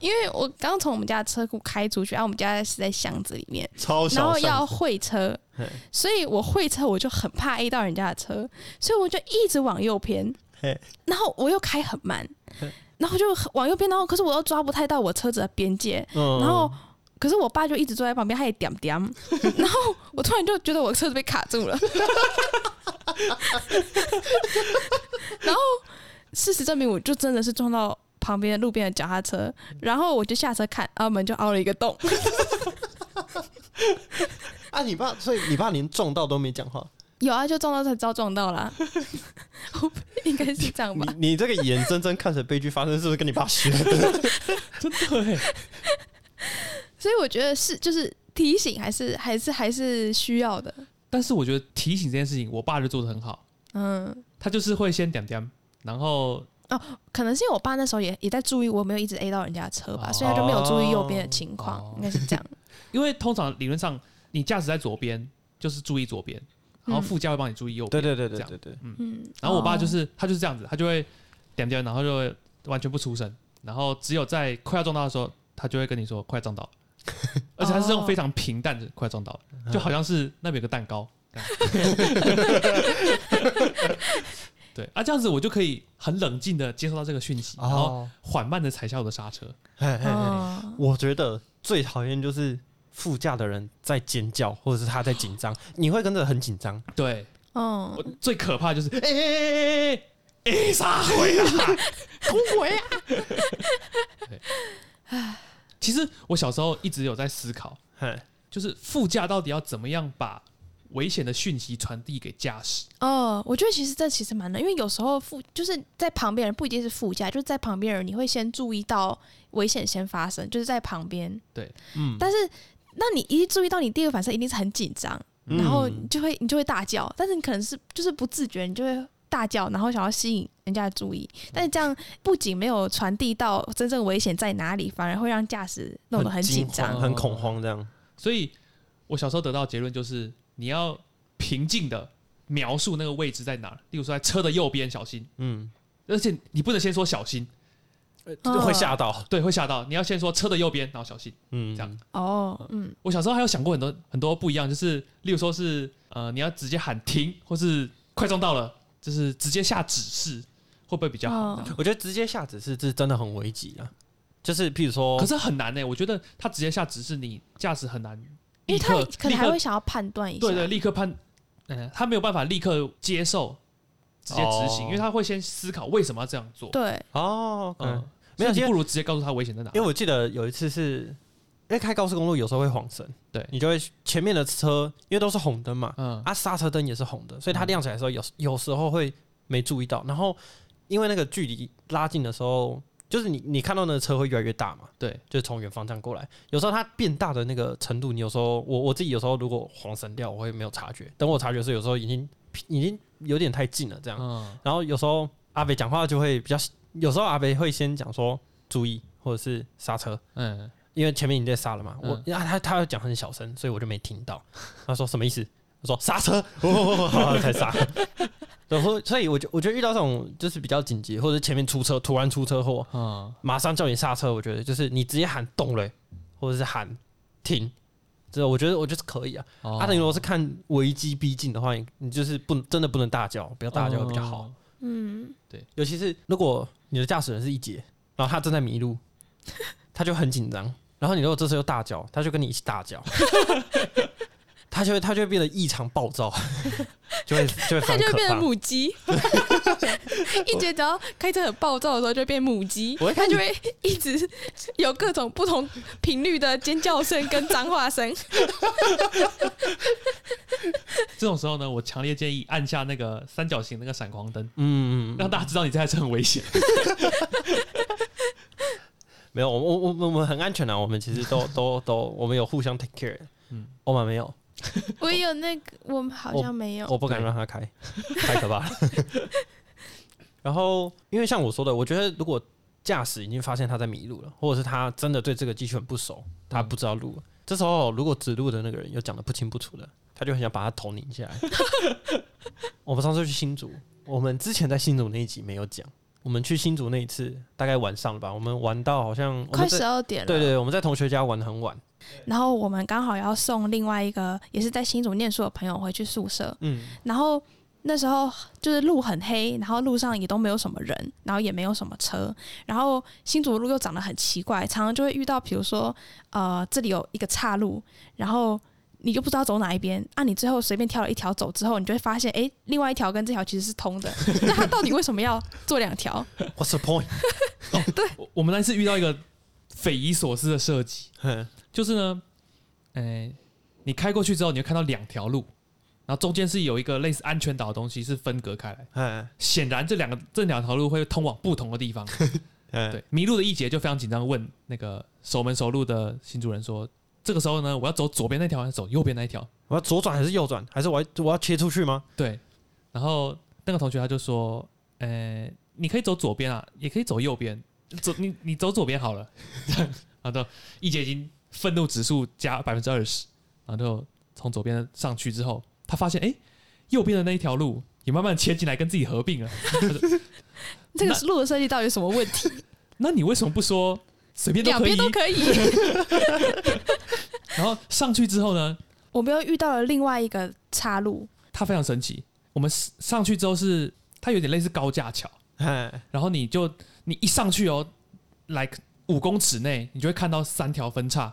[SPEAKER 2] 因为我刚从我们家的车库开出去，然后我们家是在巷子里面，
[SPEAKER 1] 超
[SPEAKER 2] 然
[SPEAKER 1] 小
[SPEAKER 2] 后
[SPEAKER 1] 声，
[SPEAKER 2] 要会车
[SPEAKER 1] 嘿，
[SPEAKER 2] 所以我会车我就很怕 A 到人家的车，所以我就一直往右偏
[SPEAKER 1] 嘿，
[SPEAKER 2] 然后我又开很慢
[SPEAKER 1] 嘿，
[SPEAKER 2] 然后就很往右边，然后可是我又抓不太到我车子的边界，
[SPEAKER 1] 嗯
[SPEAKER 2] 然后可是我爸就一直坐在旁边，他也点 点，然后我突然就觉得我车子被卡住了，然后事实证明我就真的是撞到。旁边路边的脚踏车，然后我就下车看，然后门就凹了一个洞，
[SPEAKER 1] 啊，你爸，所以你爸连撞到都没讲话。
[SPEAKER 2] 有啊，就撞到才知道撞到 啦，我应该是这样吧？
[SPEAKER 1] 你你这个眼睁睁看着悲剧发生，是不是跟你爸学的？
[SPEAKER 3] 真的哎，
[SPEAKER 2] 所以我觉得是就是提醒还是还是还是需要的，
[SPEAKER 3] 但是我觉得提醒这件事情，我爸就做的很好，
[SPEAKER 2] 嗯，
[SPEAKER 3] 他就是会先点点，然后
[SPEAKER 2] 可能是因为我爸那时候也也在注意我没有一直 A 到人家的车吧，
[SPEAKER 3] 哦
[SPEAKER 2] 所以他就没有注意右边的情况，
[SPEAKER 3] 哦
[SPEAKER 2] 应该是这样。
[SPEAKER 3] 因为通常理论上你驾驶在左边就是注意左边，然后副驾会帮你注意右边，
[SPEAKER 1] 对对对对
[SPEAKER 3] 这样
[SPEAKER 1] 对对，
[SPEAKER 2] 嗯，
[SPEAKER 3] 然后我爸就
[SPEAKER 2] 哦
[SPEAKER 3] 是、他就是这样子，他就会点点，然后就会完全不出声，然后只有在快要撞到的时候，他就会跟你说快撞到了， 而且他是用非常平淡的快撞到了，就好像是那边有个蛋糕。这样对啊，这样子我就可以很冷静的接受到这个讯息，然后
[SPEAKER 1] 哦，
[SPEAKER 3] 缓慢的踩下我的刹车。
[SPEAKER 1] 嘿嘿嘿
[SPEAKER 2] 哦
[SPEAKER 1] 我觉得最讨厌就是副驾的人在尖叫，或者是他在紧张， 你会跟着很紧张。
[SPEAKER 3] 对，
[SPEAKER 2] 哦
[SPEAKER 3] 我，最可怕就是哎哎哎哎哎，啥回啊？
[SPEAKER 2] 我回啊，
[SPEAKER 3] 其实我小时候一直有在思考，
[SPEAKER 1] 嘿，
[SPEAKER 3] 就是副驾到底要怎么样把危险的讯息传递给驾驶？
[SPEAKER 2] 哦，我觉得其实这其实蛮难，因为有时候副就是在旁边人不一定是副驾，就是在旁边人你会先注意到危险先发生，就是在旁边，
[SPEAKER 1] 嗯，
[SPEAKER 2] 但是那你一注意到，你第一个反射一定是很紧张，
[SPEAKER 1] 嗯
[SPEAKER 2] 然后你就会你就会大叫，但是你可能是就是不自觉，你就会大叫，然后想要吸引人家的注意，但是这样不仅没有传递到真正危险在哪里，反而会让驾驶弄得很
[SPEAKER 1] 惊
[SPEAKER 2] 紧
[SPEAKER 1] 慌
[SPEAKER 2] 张。
[SPEAKER 1] 很恐慌这样。
[SPEAKER 3] 所以我小时候得到的结论就是，你要平静的描述那个位置在哪儿，例如说在车的右边，小心。
[SPEAKER 1] 嗯，
[SPEAKER 3] 而且你不能先说小心，
[SPEAKER 2] 哦
[SPEAKER 1] 会吓到。
[SPEAKER 3] 对，会吓到。你要先说车的右边，然后小心。
[SPEAKER 1] 嗯，
[SPEAKER 3] 这样
[SPEAKER 2] 哦，嗯，
[SPEAKER 3] 我小时候还有想过很多很多不一样，就是例如说是呃，你要直接喊停，或是快撞到了，就是直接下指示，会不会比较好？
[SPEAKER 2] 哦
[SPEAKER 1] 我觉得直接下指示是真的很危急啊。就是譬如说，
[SPEAKER 3] 哦可是很难呢、欸我觉得他直接下指示，你驾驶很难
[SPEAKER 2] 因
[SPEAKER 3] 立
[SPEAKER 2] 为他
[SPEAKER 3] 刻。
[SPEAKER 2] 可能
[SPEAKER 3] 立刻
[SPEAKER 2] 还会想要判断一下，
[SPEAKER 3] 对对，立刻判，嗯，他没有办法立刻接受，直接执行，
[SPEAKER 1] 哦
[SPEAKER 3] 因为他会先思考为什么要这样做。
[SPEAKER 2] 对
[SPEAKER 1] 哦，嗯
[SPEAKER 3] 嗯，，
[SPEAKER 1] 没有因
[SPEAKER 3] 所以你
[SPEAKER 1] 为
[SPEAKER 3] 不如直接告诉他危险在哪
[SPEAKER 1] 因。为我记得有一次是，因为开高速公路有时候会晃神，
[SPEAKER 3] 对
[SPEAKER 1] 你就会前面的车，因为都是红灯嘛，
[SPEAKER 3] 嗯，
[SPEAKER 1] 啊，刹车灯也是红的，所以它亮起来的时候有有时候会没注意到，然后因为那个距离拉近的时候，就是你你看到那个车会越来越大嘛，
[SPEAKER 3] 对，
[SPEAKER 1] 就是从远方这样过来，有时候它变大的那个程度，你有时候我我自己有时候如果晃神掉，我会没有察觉，等我察觉的时候，有时候已经已经有点太近了这样，
[SPEAKER 3] 嗯，
[SPEAKER 1] 然后有时候阿北讲话就会比较，有时候阿北会先讲说注意或者是刹车，
[SPEAKER 3] 嗯，
[SPEAKER 1] 因为前面已经在刹了嘛，
[SPEAKER 3] 嗯
[SPEAKER 1] 我啊他他要讲很小声，所以我就没听到。他说什么意思？我说刹车，哦，好好才刹。然后所以我就我觉得遇到这种就是比较紧急，或者前面出车突然出车祸，
[SPEAKER 3] 嗯，
[SPEAKER 1] 马上叫你刹车，我觉得就是你直接喊动了，或者是喊停，这我觉得我觉得是可以啊。
[SPEAKER 3] 哦
[SPEAKER 1] 阿等如果是看危机逼近的话，你你就是不真的不能大叫，不要大叫会比较好。。
[SPEAKER 3] 哦
[SPEAKER 2] 嗯，
[SPEAKER 1] 尤其是如果你的驾驶人是一姐，然后他正在迷 路，他就很紧张。然后你如果这时候又大叫， 他就跟你一起大叫，他就会他就会变得异常暴躁，就会就会非
[SPEAKER 2] 它
[SPEAKER 1] 常
[SPEAKER 2] 就会
[SPEAKER 1] 可
[SPEAKER 2] 变成
[SPEAKER 1] 怕。
[SPEAKER 2] 母 鸡，一觉只要开车很暴躁的时候，就会变母鸡
[SPEAKER 1] 我会，看你
[SPEAKER 2] 它就会一直有各种不同频率的尖叫声跟脏话声。
[SPEAKER 3] 这种时候呢，我强烈建议按下那个三角形那个闪光灯，
[SPEAKER 1] 嗯，嗯嗯，
[SPEAKER 3] 让大家知道你这台车很危险。
[SPEAKER 1] 没有，我我我我们很安全啊，我们其实都都都，我们有互相 take care。嗯
[SPEAKER 3] 嗯，
[SPEAKER 1] 欧玛没有，
[SPEAKER 2] 我有那个，我好像没有。
[SPEAKER 1] 我不敢
[SPEAKER 3] 对
[SPEAKER 1] 让他开， 太可怕 了。然后，因为像我说的，我觉得如果驾驶已经发现他在迷路了，或者是他真的对这个技术很不熟，他不知道路了，这时候如果指路的那个人又讲的不清不楚的，他就很想把他头拧下来。 我们上次去新竹，我们之前在新竹那一集没有讲，我们去新竹那一次大概晚上了吧，我们玩到好像我
[SPEAKER 2] 快
[SPEAKER 1] 们在
[SPEAKER 2] 十二点了，
[SPEAKER 1] 对对，我们在同学家玩得很晚，
[SPEAKER 2] 然后我们刚好要送另外一个也是在新竹念书的朋友回去宿舍，
[SPEAKER 1] 嗯，
[SPEAKER 2] 然后那时候就是路很黑，然后路上也都没有什么人，然后也没有什么车，然后新竹的路又长得很奇怪，常常就会遇到，比如说呃这里有一个岔路，然后。你就不知道走哪一边啊！你最后随便挑了一条走之后，你就会发现，诶，另外一条跟这条其实是通的。那他到底为什么要做两条？
[SPEAKER 1] What's the point？
[SPEAKER 3] 我我们那次遇到一个匪夷所思的设计，
[SPEAKER 1] 哼
[SPEAKER 3] 就是呢，哎、你开过去之后，你会看到两条路，然后中间是有一个类似安全岛的东西是分隔开来。
[SPEAKER 1] 嗯
[SPEAKER 3] 显然这两个这两条路会通往不同的地方。
[SPEAKER 1] 嗯，
[SPEAKER 3] 对，迷路的一杰就非常紧张，问那个熟门熟路的新主人说：“这个时候呢，我要走左边那条还是走右边那一条
[SPEAKER 1] 我要左转还是右转？还是我要我要切出去吗？？”
[SPEAKER 3] 对，然后那个同学他就说：“呃，你可以走左边啊，也可以走右边，走你你走左边好了。” 这样，然后就一杰已经愤怒指数加百分之二十，然后就从左边上去之后，他发现哎、诶右边的那一条路也慢慢切进来，跟自己合并了。
[SPEAKER 2] 这个
[SPEAKER 3] 那
[SPEAKER 2] 路的设计到底有什么问题？
[SPEAKER 3] 那你为什么不说随便都
[SPEAKER 2] 两
[SPEAKER 3] 可以
[SPEAKER 2] 边？都可以。
[SPEAKER 3] 然后上去之后呢，
[SPEAKER 2] 我们又遇到了另外一个岔路，
[SPEAKER 3] 它非常神奇。我们上去之后是它有点类似高架桥，
[SPEAKER 1] 哎，
[SPEAKER 3] 然后你就你一上去哦，like 五公尺内，你就会看到三条分叉，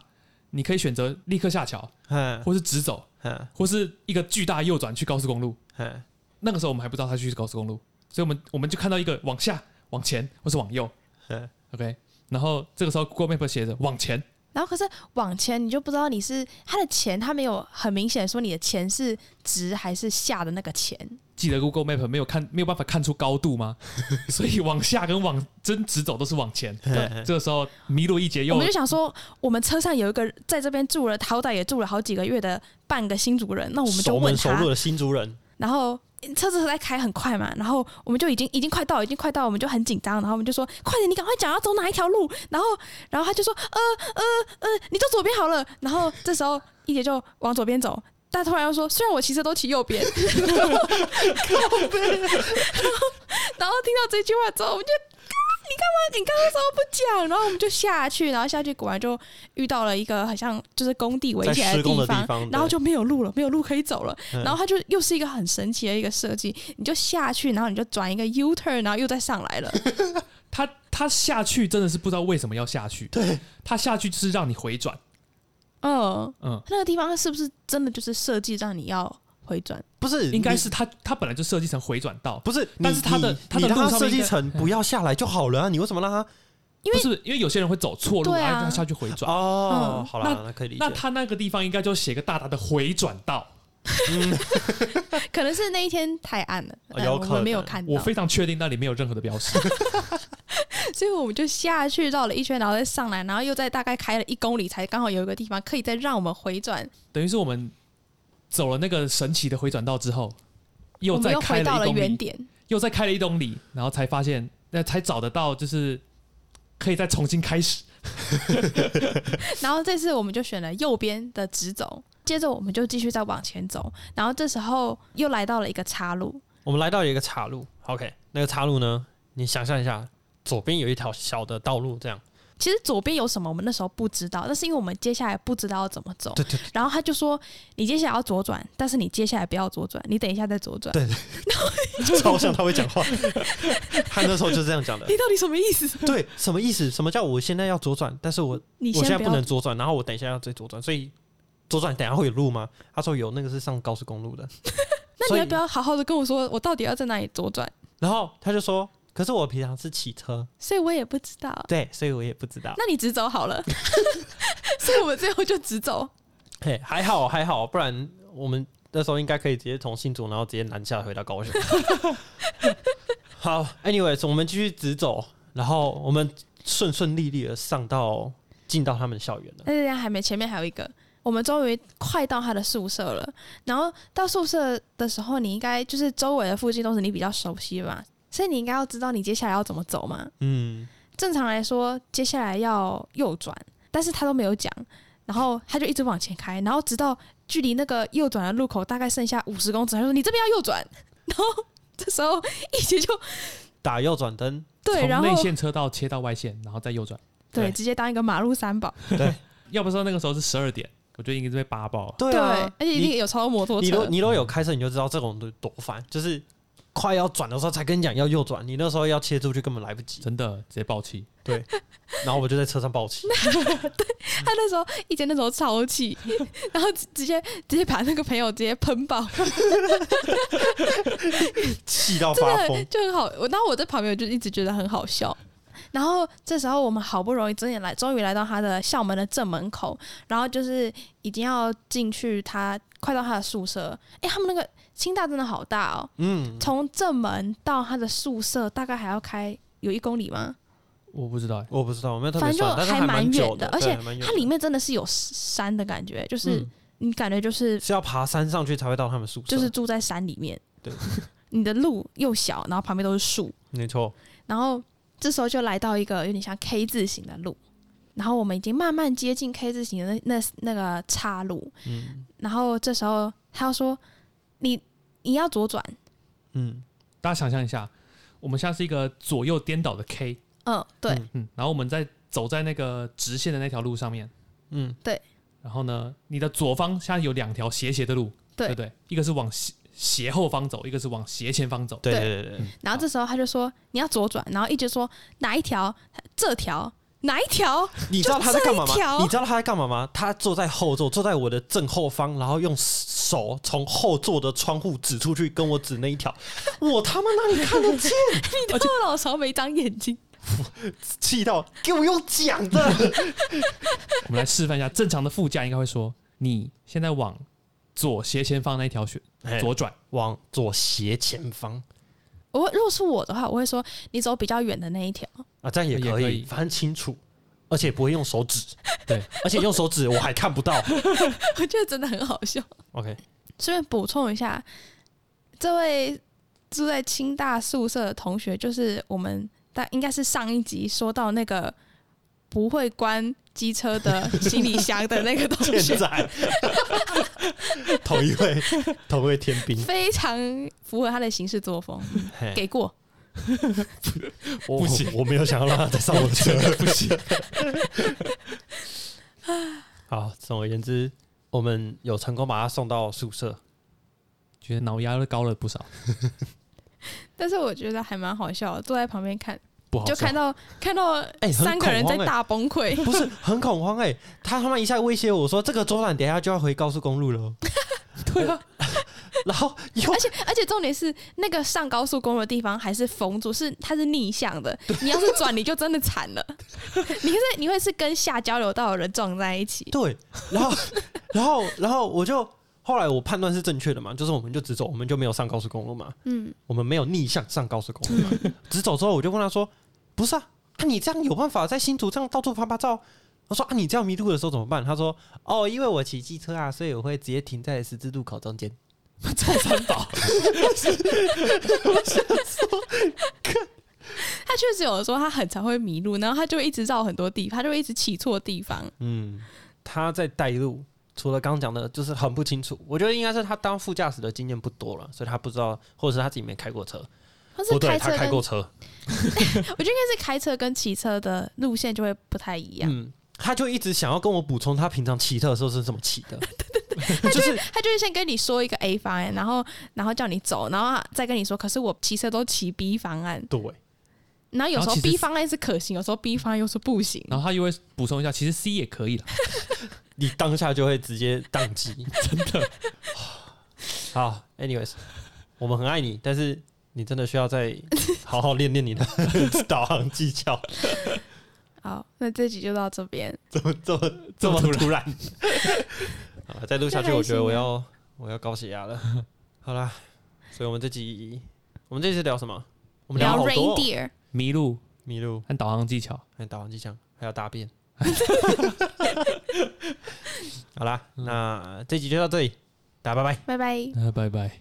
[SPEAKER 3] 你可以选择立刻下桥，
[SPEAKER 1] 嗯
[SPEAKER 3] 或是直走，
[SPEAKER 1] 嗯
[SPEAKER 3] 或是一个巨大右转去高速公路。
[SPEAKER 1] 嗯，
[SPEAKER 3] 那个时候我们还不知道它去高速公路，所以我们我们就看到一个往下、往前或是往右
[SPEAKER 1] 嗯
[SPEAKER 3] ，OK。然后这个时候 Google Map 写着往前，
[SPEAKER 2] 然后可是往前你就不知道你是它的钱，它没有很明显说你的钱是直还是下的那个钱，
[SPEAKER 3] 记得 Google Map 没有看没有办法看出高 度吗？所以往下跟往真直走都是往前。
[SPEAKER 1] 对
[SPEAKER 3] 这个时候迷路一节
[SPEAKER 2] 我
[SPEAKER 3] 又
[SPEAKER 2] 们就想说，我们车上有一个在这边住了，好歹也住了好几个月的半个新主人，那我们就
[SPEAKER 1] 熟
[SPEAKER 2] 问
[SPEAKER 1] 门熟
[SPEAKER 2] 他，
[SPEAKER 1] 路的新族人，
[SPEAKER 2] 然后车子在开很快嘛，然后我们就已经已经快到了，已经快到了，我们就很紧张，然后我们就说快点，你赶快讲要走哪一条路，然后然后他就说呃呃呃，你走左边好了，然后这时候一姐就往左边走。但突然又说，虽然我骑车都骑右边，然后然后听到这句话之后，我们就，啊你干嘛？你刚刚怎么不讲？然后我们就下去，然后下去果然就遇到了一个好像就是工地危
[SPEAKER 1] 在
[SPEAKER 2] 险
[SPEAKER 1] 施工的地
[SPEAKER 2] 地
[SPEAKER 1] 方对
[SPEAKER 2] 然后就没有路了，没有路可以走了。
[SPEAKER 1] 嗯
[SPEAKER 2] 然后它就又是一个很神奇的一个设计，你就下去，然后你就转一个 U turn，然后又再上来了。
[SPEAKER 3] 他他下去真的是不知道为什么要下去，对他下去就是让你回转，
[SPEAKER 2] 嗯，
[SPEAKER 3] 嗯，
[SPEAKER 2] 那个地方是不是真的就是设计让你要回转？
[SPEAKER 1] 不是
[SPEAKER 3] 应该
[SPEAKER 1] 你
[SPEAKER 3] 是他他本来就设计成回转道，
[SPEAKER 1] 不是？
[SPEAKER 3] 但
[SPEAKER 1] 你
[SPEAKER 3] 是他的
[SPEAKER 1] 你
[SPEAKER 3] 他
[SPEAKER 1] 你
[SPEAKER 3] 的
[SPEAKER 1] 让
[SPEAKER 3] 路
[SPEAKER 1] 他
[SPEAKER 3] 上
[SPEAKER 1] 设
[SPEAKER 3] 面
[SPEAKER 1] 计
[SPEAKER 3] 应该嗯
[SPEAKER 1] 成不要下来就好了啊！你为什么让他？
[SPEAKER 2] 因
[SPEAKER 3] 不
[SPEAKER 2] 为
[SPEAKER 3] 是因为有些人会走错路，
[SPEAKER 2] 对啊
[SPEAKER 3] 然后他下去回转。
[SPEAKER 1] 哦，
[SPEAKER 2] 嗯
[SPEAKER 1] 好啦，那可以理解
[SPEAKER 3] 那。他那个地方应该就写个大大的回转道，
[SPEAKER 2] 可能是那一天太暗了，
[SPEAKER 1] 哦
[SPEAKER 2] 呃
[SPEAKER 1] 有
[SPEAKER 2] 我
[SPEAKER 1] 可
[SPEAKER 2] 们没有
[SPEAKER 1] 能
[SPEAKER 2] 看
[SPEAKER 3] 我
[SPEAKER 2] 到，
[SPEAKER 3] 非常确定那里没有任何的标识。
[SPEAKER 2] 所以我们就下去绕了一圈，然后再上来，然后又在大概开了一公里，才刚好有一个地方可以再让我们回转。
[SPEAKER 3] 等于是我们走了那个神奇的回转道之后，又
[SPEAKER 2] 我们
[SPEAKER 3] 再
[SPEAKER 2] 又
[SPEAKER 3] 开
[SPEAKER 2] 回
[SPEAKER 3] 了
[SPEAKER 2] 到
[SPEAKER 3] 一
[SPEAKER 2] 了
[SPEAKER 3] 公
[SPEAKER 2] 原
[SPEAKER 3] 里，
[SPEAKER 2] 点，
[SPEAKER 3] 又再开了一公里，然后才发现，那才找得到，就是可以再重新开始。
[SPEAKER 2] 然后这次我们就选了右边的直走。接着我们就继续再往前走，然后这时候又来到了一个岔路，
[SPEAKER 1] 我们来到一个岔路，OK，那个岔路呢？你想象一下，左边有一条小的道路，这 样，
[SPEAKER 2] 其实左边有什么我们那时候不知道，但是因为我们接下来不知道要怎么走，
[SPEAKER 1] 对对
[SPEAKER 2] 然后他就说你接下来要左转，但是你接下来不要左转，你等一下再左转。
[SPEAKER 1] 对，超像他会讲话。 他那时候就这样讲的。
[SPEAKER 2] 你到底什么意思？
[SPEAKER 1] 对，什么意思？什么叫我现在要左转？但是我
[SPEAKER 2] 你
[SPEAKER 1] 我现在
[SPEAKER 2] 不
[SPEAKER 1] 不
[SPEAKER 2] 要
[SPEAKER 1] 能左转，然后我等一下要再左转，所以左转等一下会有路吗？他说有，那个是上高速公路的。
[SPEAKER 2] 那
[SPEAKER 1] 所
[SPEAKER 2] 你
[SPEAKER 1] 以
[SPEAKER 2] 要不要好好的跟我说，我到底要在哪里左转？
[SPEAKER 1] 然后他就说，可是我平常是骑车，
[SPEAKER 2] 所以我也不知道。
[SPEAKER 1] 对，所以我也不知道。
[SPEAKER 2] 那你直走 好了，所以我们最后就直走。
[SPEAKER 1] 嘿，还好还好，不然我们那时候应该可以直接从新竹，然后直接南下回到高 雄。好，anyways，我们继续直走，然后我们顺顺利利的上到进到他们校园了。
[SPEAKER 2] 但是哎还没，前面还有一个，我们终于快到他的宿舍了。然后到宿舍的时候，你应该就是周围的附近都是你比较熟悉的嘛，所以你应该要知道你接下来要怎么走嘛。
[SPEAKER 1] 嗯，
[SPEAKER 2] 正常来说，接下来要右转，但是他都没有讲，然后他就一直往前开，然后直到距离那个右转的路口大概剩下五十公尺，他说：“你这边要右转。”然后这时候一起就
[SPEAKER 1] 打右转灯，
[SPEAKER 2] 对，然
[SPEAKER 3] 从
[SPEAKER 2] 后
[SPEAKER 3] 内线车道切到外线，然后再右转。
[SPEAKER 2] 对
[SPEAKER 1] 对
[SPEAKER 2] 直接当一个马路三宝，
[SPEAKER 3] 要不是那个时候是十二点，我觉得应该是被扒爆了。
[SPEAKER 1] 对
[SPEAKER 2] 对，
[SPEAKER 1] 啊
[SPEAKER 2] 而，且一定有超多摩托
[SPEAKER 1] 你都
[SPEAKER 2] 车，
[SPEAKER 1] 你都有开车，你就知道这种多多烦，就是快要转的时候才跟你讲要右转，你那时候要切出去根本来不及。
[SPEAKER 3] 真的直接爆气，
[SPEAKER 1] 然后我就在车上暴 起，
[SPEAKER 2] 他那时候一姐那时候超气， 然后直直接直接把那个朋友直接喷爆，
[SPEAKER 1] 气到发疯。
[SPEAKER 2] 就很好。我然后我在旁边我就一直觉得很好笑。然后这时候我们好不容易真的来，终于来到他的校门的正门口，然后就是已经要进去他快到他的宿舍。哎，他们那个清大真的好大哦，
[SPEAKER 1] 嗯，
[SPEAKER 2] 从正门到他的宿舍大概还要开有一公里吗？
[SPEAKER 3] 我不知道欸，
[SPEAKER 1] 我不知道，我没有特别
[SPEAKER 2] 反正
[SPEAKER 1] 算，但
[SPEAKER 2] 就
[SPEAKER 1] 还
[SPEAKER 2] 是蛮
[SPEAKER 1] 蛮久
[SPEAKER 2] 远而
[SPEAKER 1] 对
[SPEAKER 2] 且
[SPEAKER 1] 还蛮远
[SPEAKER 2] 它
[SPEAKER 1] 的
[SPEAKER 2] 里面真的是有山的感觉，就是、
[SPEAKER 1] 嗯
[SPEAKER 2] 你感觉就是
[SPEAKER 1] 是要爬山上去才会到他们宿舍，
[SPEAKER 2] 就是住在山里面，
[SPEAKER 1] 对，
[SPEAKER 2] 你的路又小，然后旁边都是树，
[SPEAKER 1] 没错，
[SPEAKER 2] 然后这时候就来到一个有点像 K 字形的路，然后我们已经慢慢接近 K 字形的那那那个岔路，
[SPEAKER 1] 嗯
[SPEAKER 2] 然后这时候他又说：“你你要左转，
[SPEAKER 1] 嗯，
[SPEAKER 3] 大家想象一下，我们现在是一个左右颠倒的 K，
[SPEAKER 2] 嗯，对，
[SPEAKER 1] 嗯
[SPEAKER 3] 嗯，然后我们在走在那个直线的那条路上面，
[SPEAKER 1] 嗯，
[SPEAKER 3] 然后呢，你的左方现在有两条斜斜的路，
[SPEAKER 2] 对
[SPEAKER 3] 不对？一个是往斜斜后方走，一个是往斜前方走。
[SPEAKER 1] 对
[SPEAKER 2] 对
[SPEAKER 1] 对对 对，
[SPEAKER 2] 然后这时候他就说：“你要左转。”然后一直说哪一条？这条哪一条？
[SPEAKER 1] 你知道他在干嘛
[SPEAKER 2] 就这一条
[SPEAKER 1] 吗？你知道他在干嘛吗？他坐在后座，坐在我的正后方，然后用手从后座的窗户指出去，跟我指那一 条，我他妈哪里看得见？
[SPEAKER 2] 你后脑勺没长眼睛。
[SPEAKER 1] 气到给我用讲 的，
[SPEAKER 3] 我们来示范一下，正常的副驾应该会说，你现在往左斜前方那一条选
[SPEAKER 1] 哎
[SPEAKER 3] 左转，
[SPEAKER 1] 往左斜前方
[SPEAKER 2] 我如果是我的话，我会说你走比较远的那一条。
[SPEAKER 1] 啊，这样也
[SPEAKER 3] 也
[SPEAKER 1] 可
[SPEAKER 3] 可
[SPEAKER 1] 以，
[SPEAKER 3] 以
[SPEAKER 1] 反正清楚，而且不会用手指，
[SPEAKER 3] 对，
[SPEAKER 1] 而且用手指我还看 不到。
[SPEAKER 2] 我觉得真的很好笑。
[SPEAKER 1] OK，
[SPEAKER 2] 顺便补充一下，这位住在清大宿舍的同学，就是我们大应该是上一集说到那个不会关机车的行李箱的那个同
[SPEAKER 1] 现
[SPEAKER 2] 学，
[SPEAKER 1] 在 同一位同一位天兵，
[SPEAKER 2] 非常符合他的行事作 风，
[SPEAKER 1] 嘿
[SPEAKER 2] 给过。
[SPEAKER 1] 我
[SPEAKER 3] 不行
[SPEAKER 1] 我没有想要让他再上我的车，不行。 好，总而言之，我们有成功把他送到宿舍。
[SPEAKER 3] 觉得脑压都高了不少，
[SPEAKER 2] 但是我觉得还蛮好笑的，坐在旁边看，
[SPEAKER 3] 不好
[SPEAKER 2] 就看
[SPEAKER 3] 到
[SPEAKER 2] 到看到
[SPEAKER 1] 哎很
[SPEAKER 2] 三个人
[SPEAKER 1] 恐
[SPEAKER 2] 在
[SPEAKER 1] 慌哎
[SPEAKER 2] 大崩溃。
[SPEAKER 1] 不是很恐慌哎、他他妈一下威胁我说：“这个左转，等一下就要回高速公路了 哦。
[SPEAKER 3] 对啊，”
[SPEAKER 1] 然后又
[SPEAKER 2] 而且而且重点是，那个上高速公路的地方还是缝住，是它是逆向的。你要是转，你就真的惨了。 你会是你会是跟下交流道的人撞在一起。
[SPEAKER 1] 对，然后 然后然后我就后来我判断是正确的嘛，就是我们就直走，我们就没有上高速公路嘛，
[SPEAKER 2] 嗯，
[SPEAKER 1] 我们没有逆向上高速公路嘛。 直走之后，我就问他说：“不是啊，啊你这样有办法在新竹这样到处拍拍照？”我说：“啊，你这样迷路的时候怎么办？”他说：“哦，因为我骑机车啊，所以我会直接停在十字路口中间。
[SPEAKER 3] 臭三宝，
[SPEAKER 2] 他确实有的时候他很常会迷路，然后他就会一直绕很多地方，他就会一直骑错地方。”
[SPEAKER 1] 嗯，他在带路，除了刚刚讲的，就是很不清楚。我觉得应该是他当副驾驶的经验不多了，所以他不知道，或者是他自己没开过车。
[SPEAKER 2] 或是
[SPEAKER 1] 哦，对
[SPEAKER 2] 开
[SPEAKER 1] 他
[SPEAKER 2] 车
[SPEAKER 1] 开
[SPEAKER 2] 跟
[SPEAKER 1] 过车，
[SPEAKER 2] 我觉得应该是开车跟骑车的路线就会不太一样。
[SPEAKER 1] 嗯，他就一直想要跟我补充他平常骑车的时候是怎么骑 的，就是
[SPEAKER 2] 他就是先跟你说一个 A 方案，然后然后叫你走，然后再跟你说，可是我骑车都骑 B 方案，
[SPEAKER 1] 对，
[SPEAKER 2] 然后有时
[SPEAKER 3] 然
[SPEAKER 2] 候
[SPEAKER 3] 后其实
[SPEAKER 2] B 方案是可行，有时候 B 方案又是不行。
[SPEAKER 1] 嗯
[SPEAKER 3] 然后他又会补充一下，其实 C 也可以的，
[SPEAKER 1] 你当下就会直接宕机，真的。好，anyways，我们很爱你，但是你真的需要 再好好练练你的 导航技巧。
[SPEAKER 2] 好，那这集就到这边。
[SPEAKER 1] 这么这么这么
[SPEAKER 3] 这么
[SPEAKER 1] 突然，啊，再录下去，
[SPEAKER 2] 这还
[SPEAKER 1] 我觉得我
[SPEAKER 2] 行啊
[SPEAKER 1] 要我要高血压了。好啦，所以我们这集我们这次聊什么？我们聊好多、哦，
[SPEAKER 2] reindeer，
[SPEAKER 3] 迷路
[SPEAKER 1] 迷路、
[SPEAKER 3] 和导航技巧。
[SPEAKER 1] 还有导航技巧，还有大便。 好啦，那这集就到这里，大家拜拜。
[SPEAKER 2] 拜拜。
[SPEAKER 3] 那拜拜。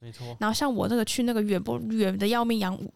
[SPEAKER 1] 没错。
[SPEAKER 2] 然后像我这个去那个远不远的要命，养五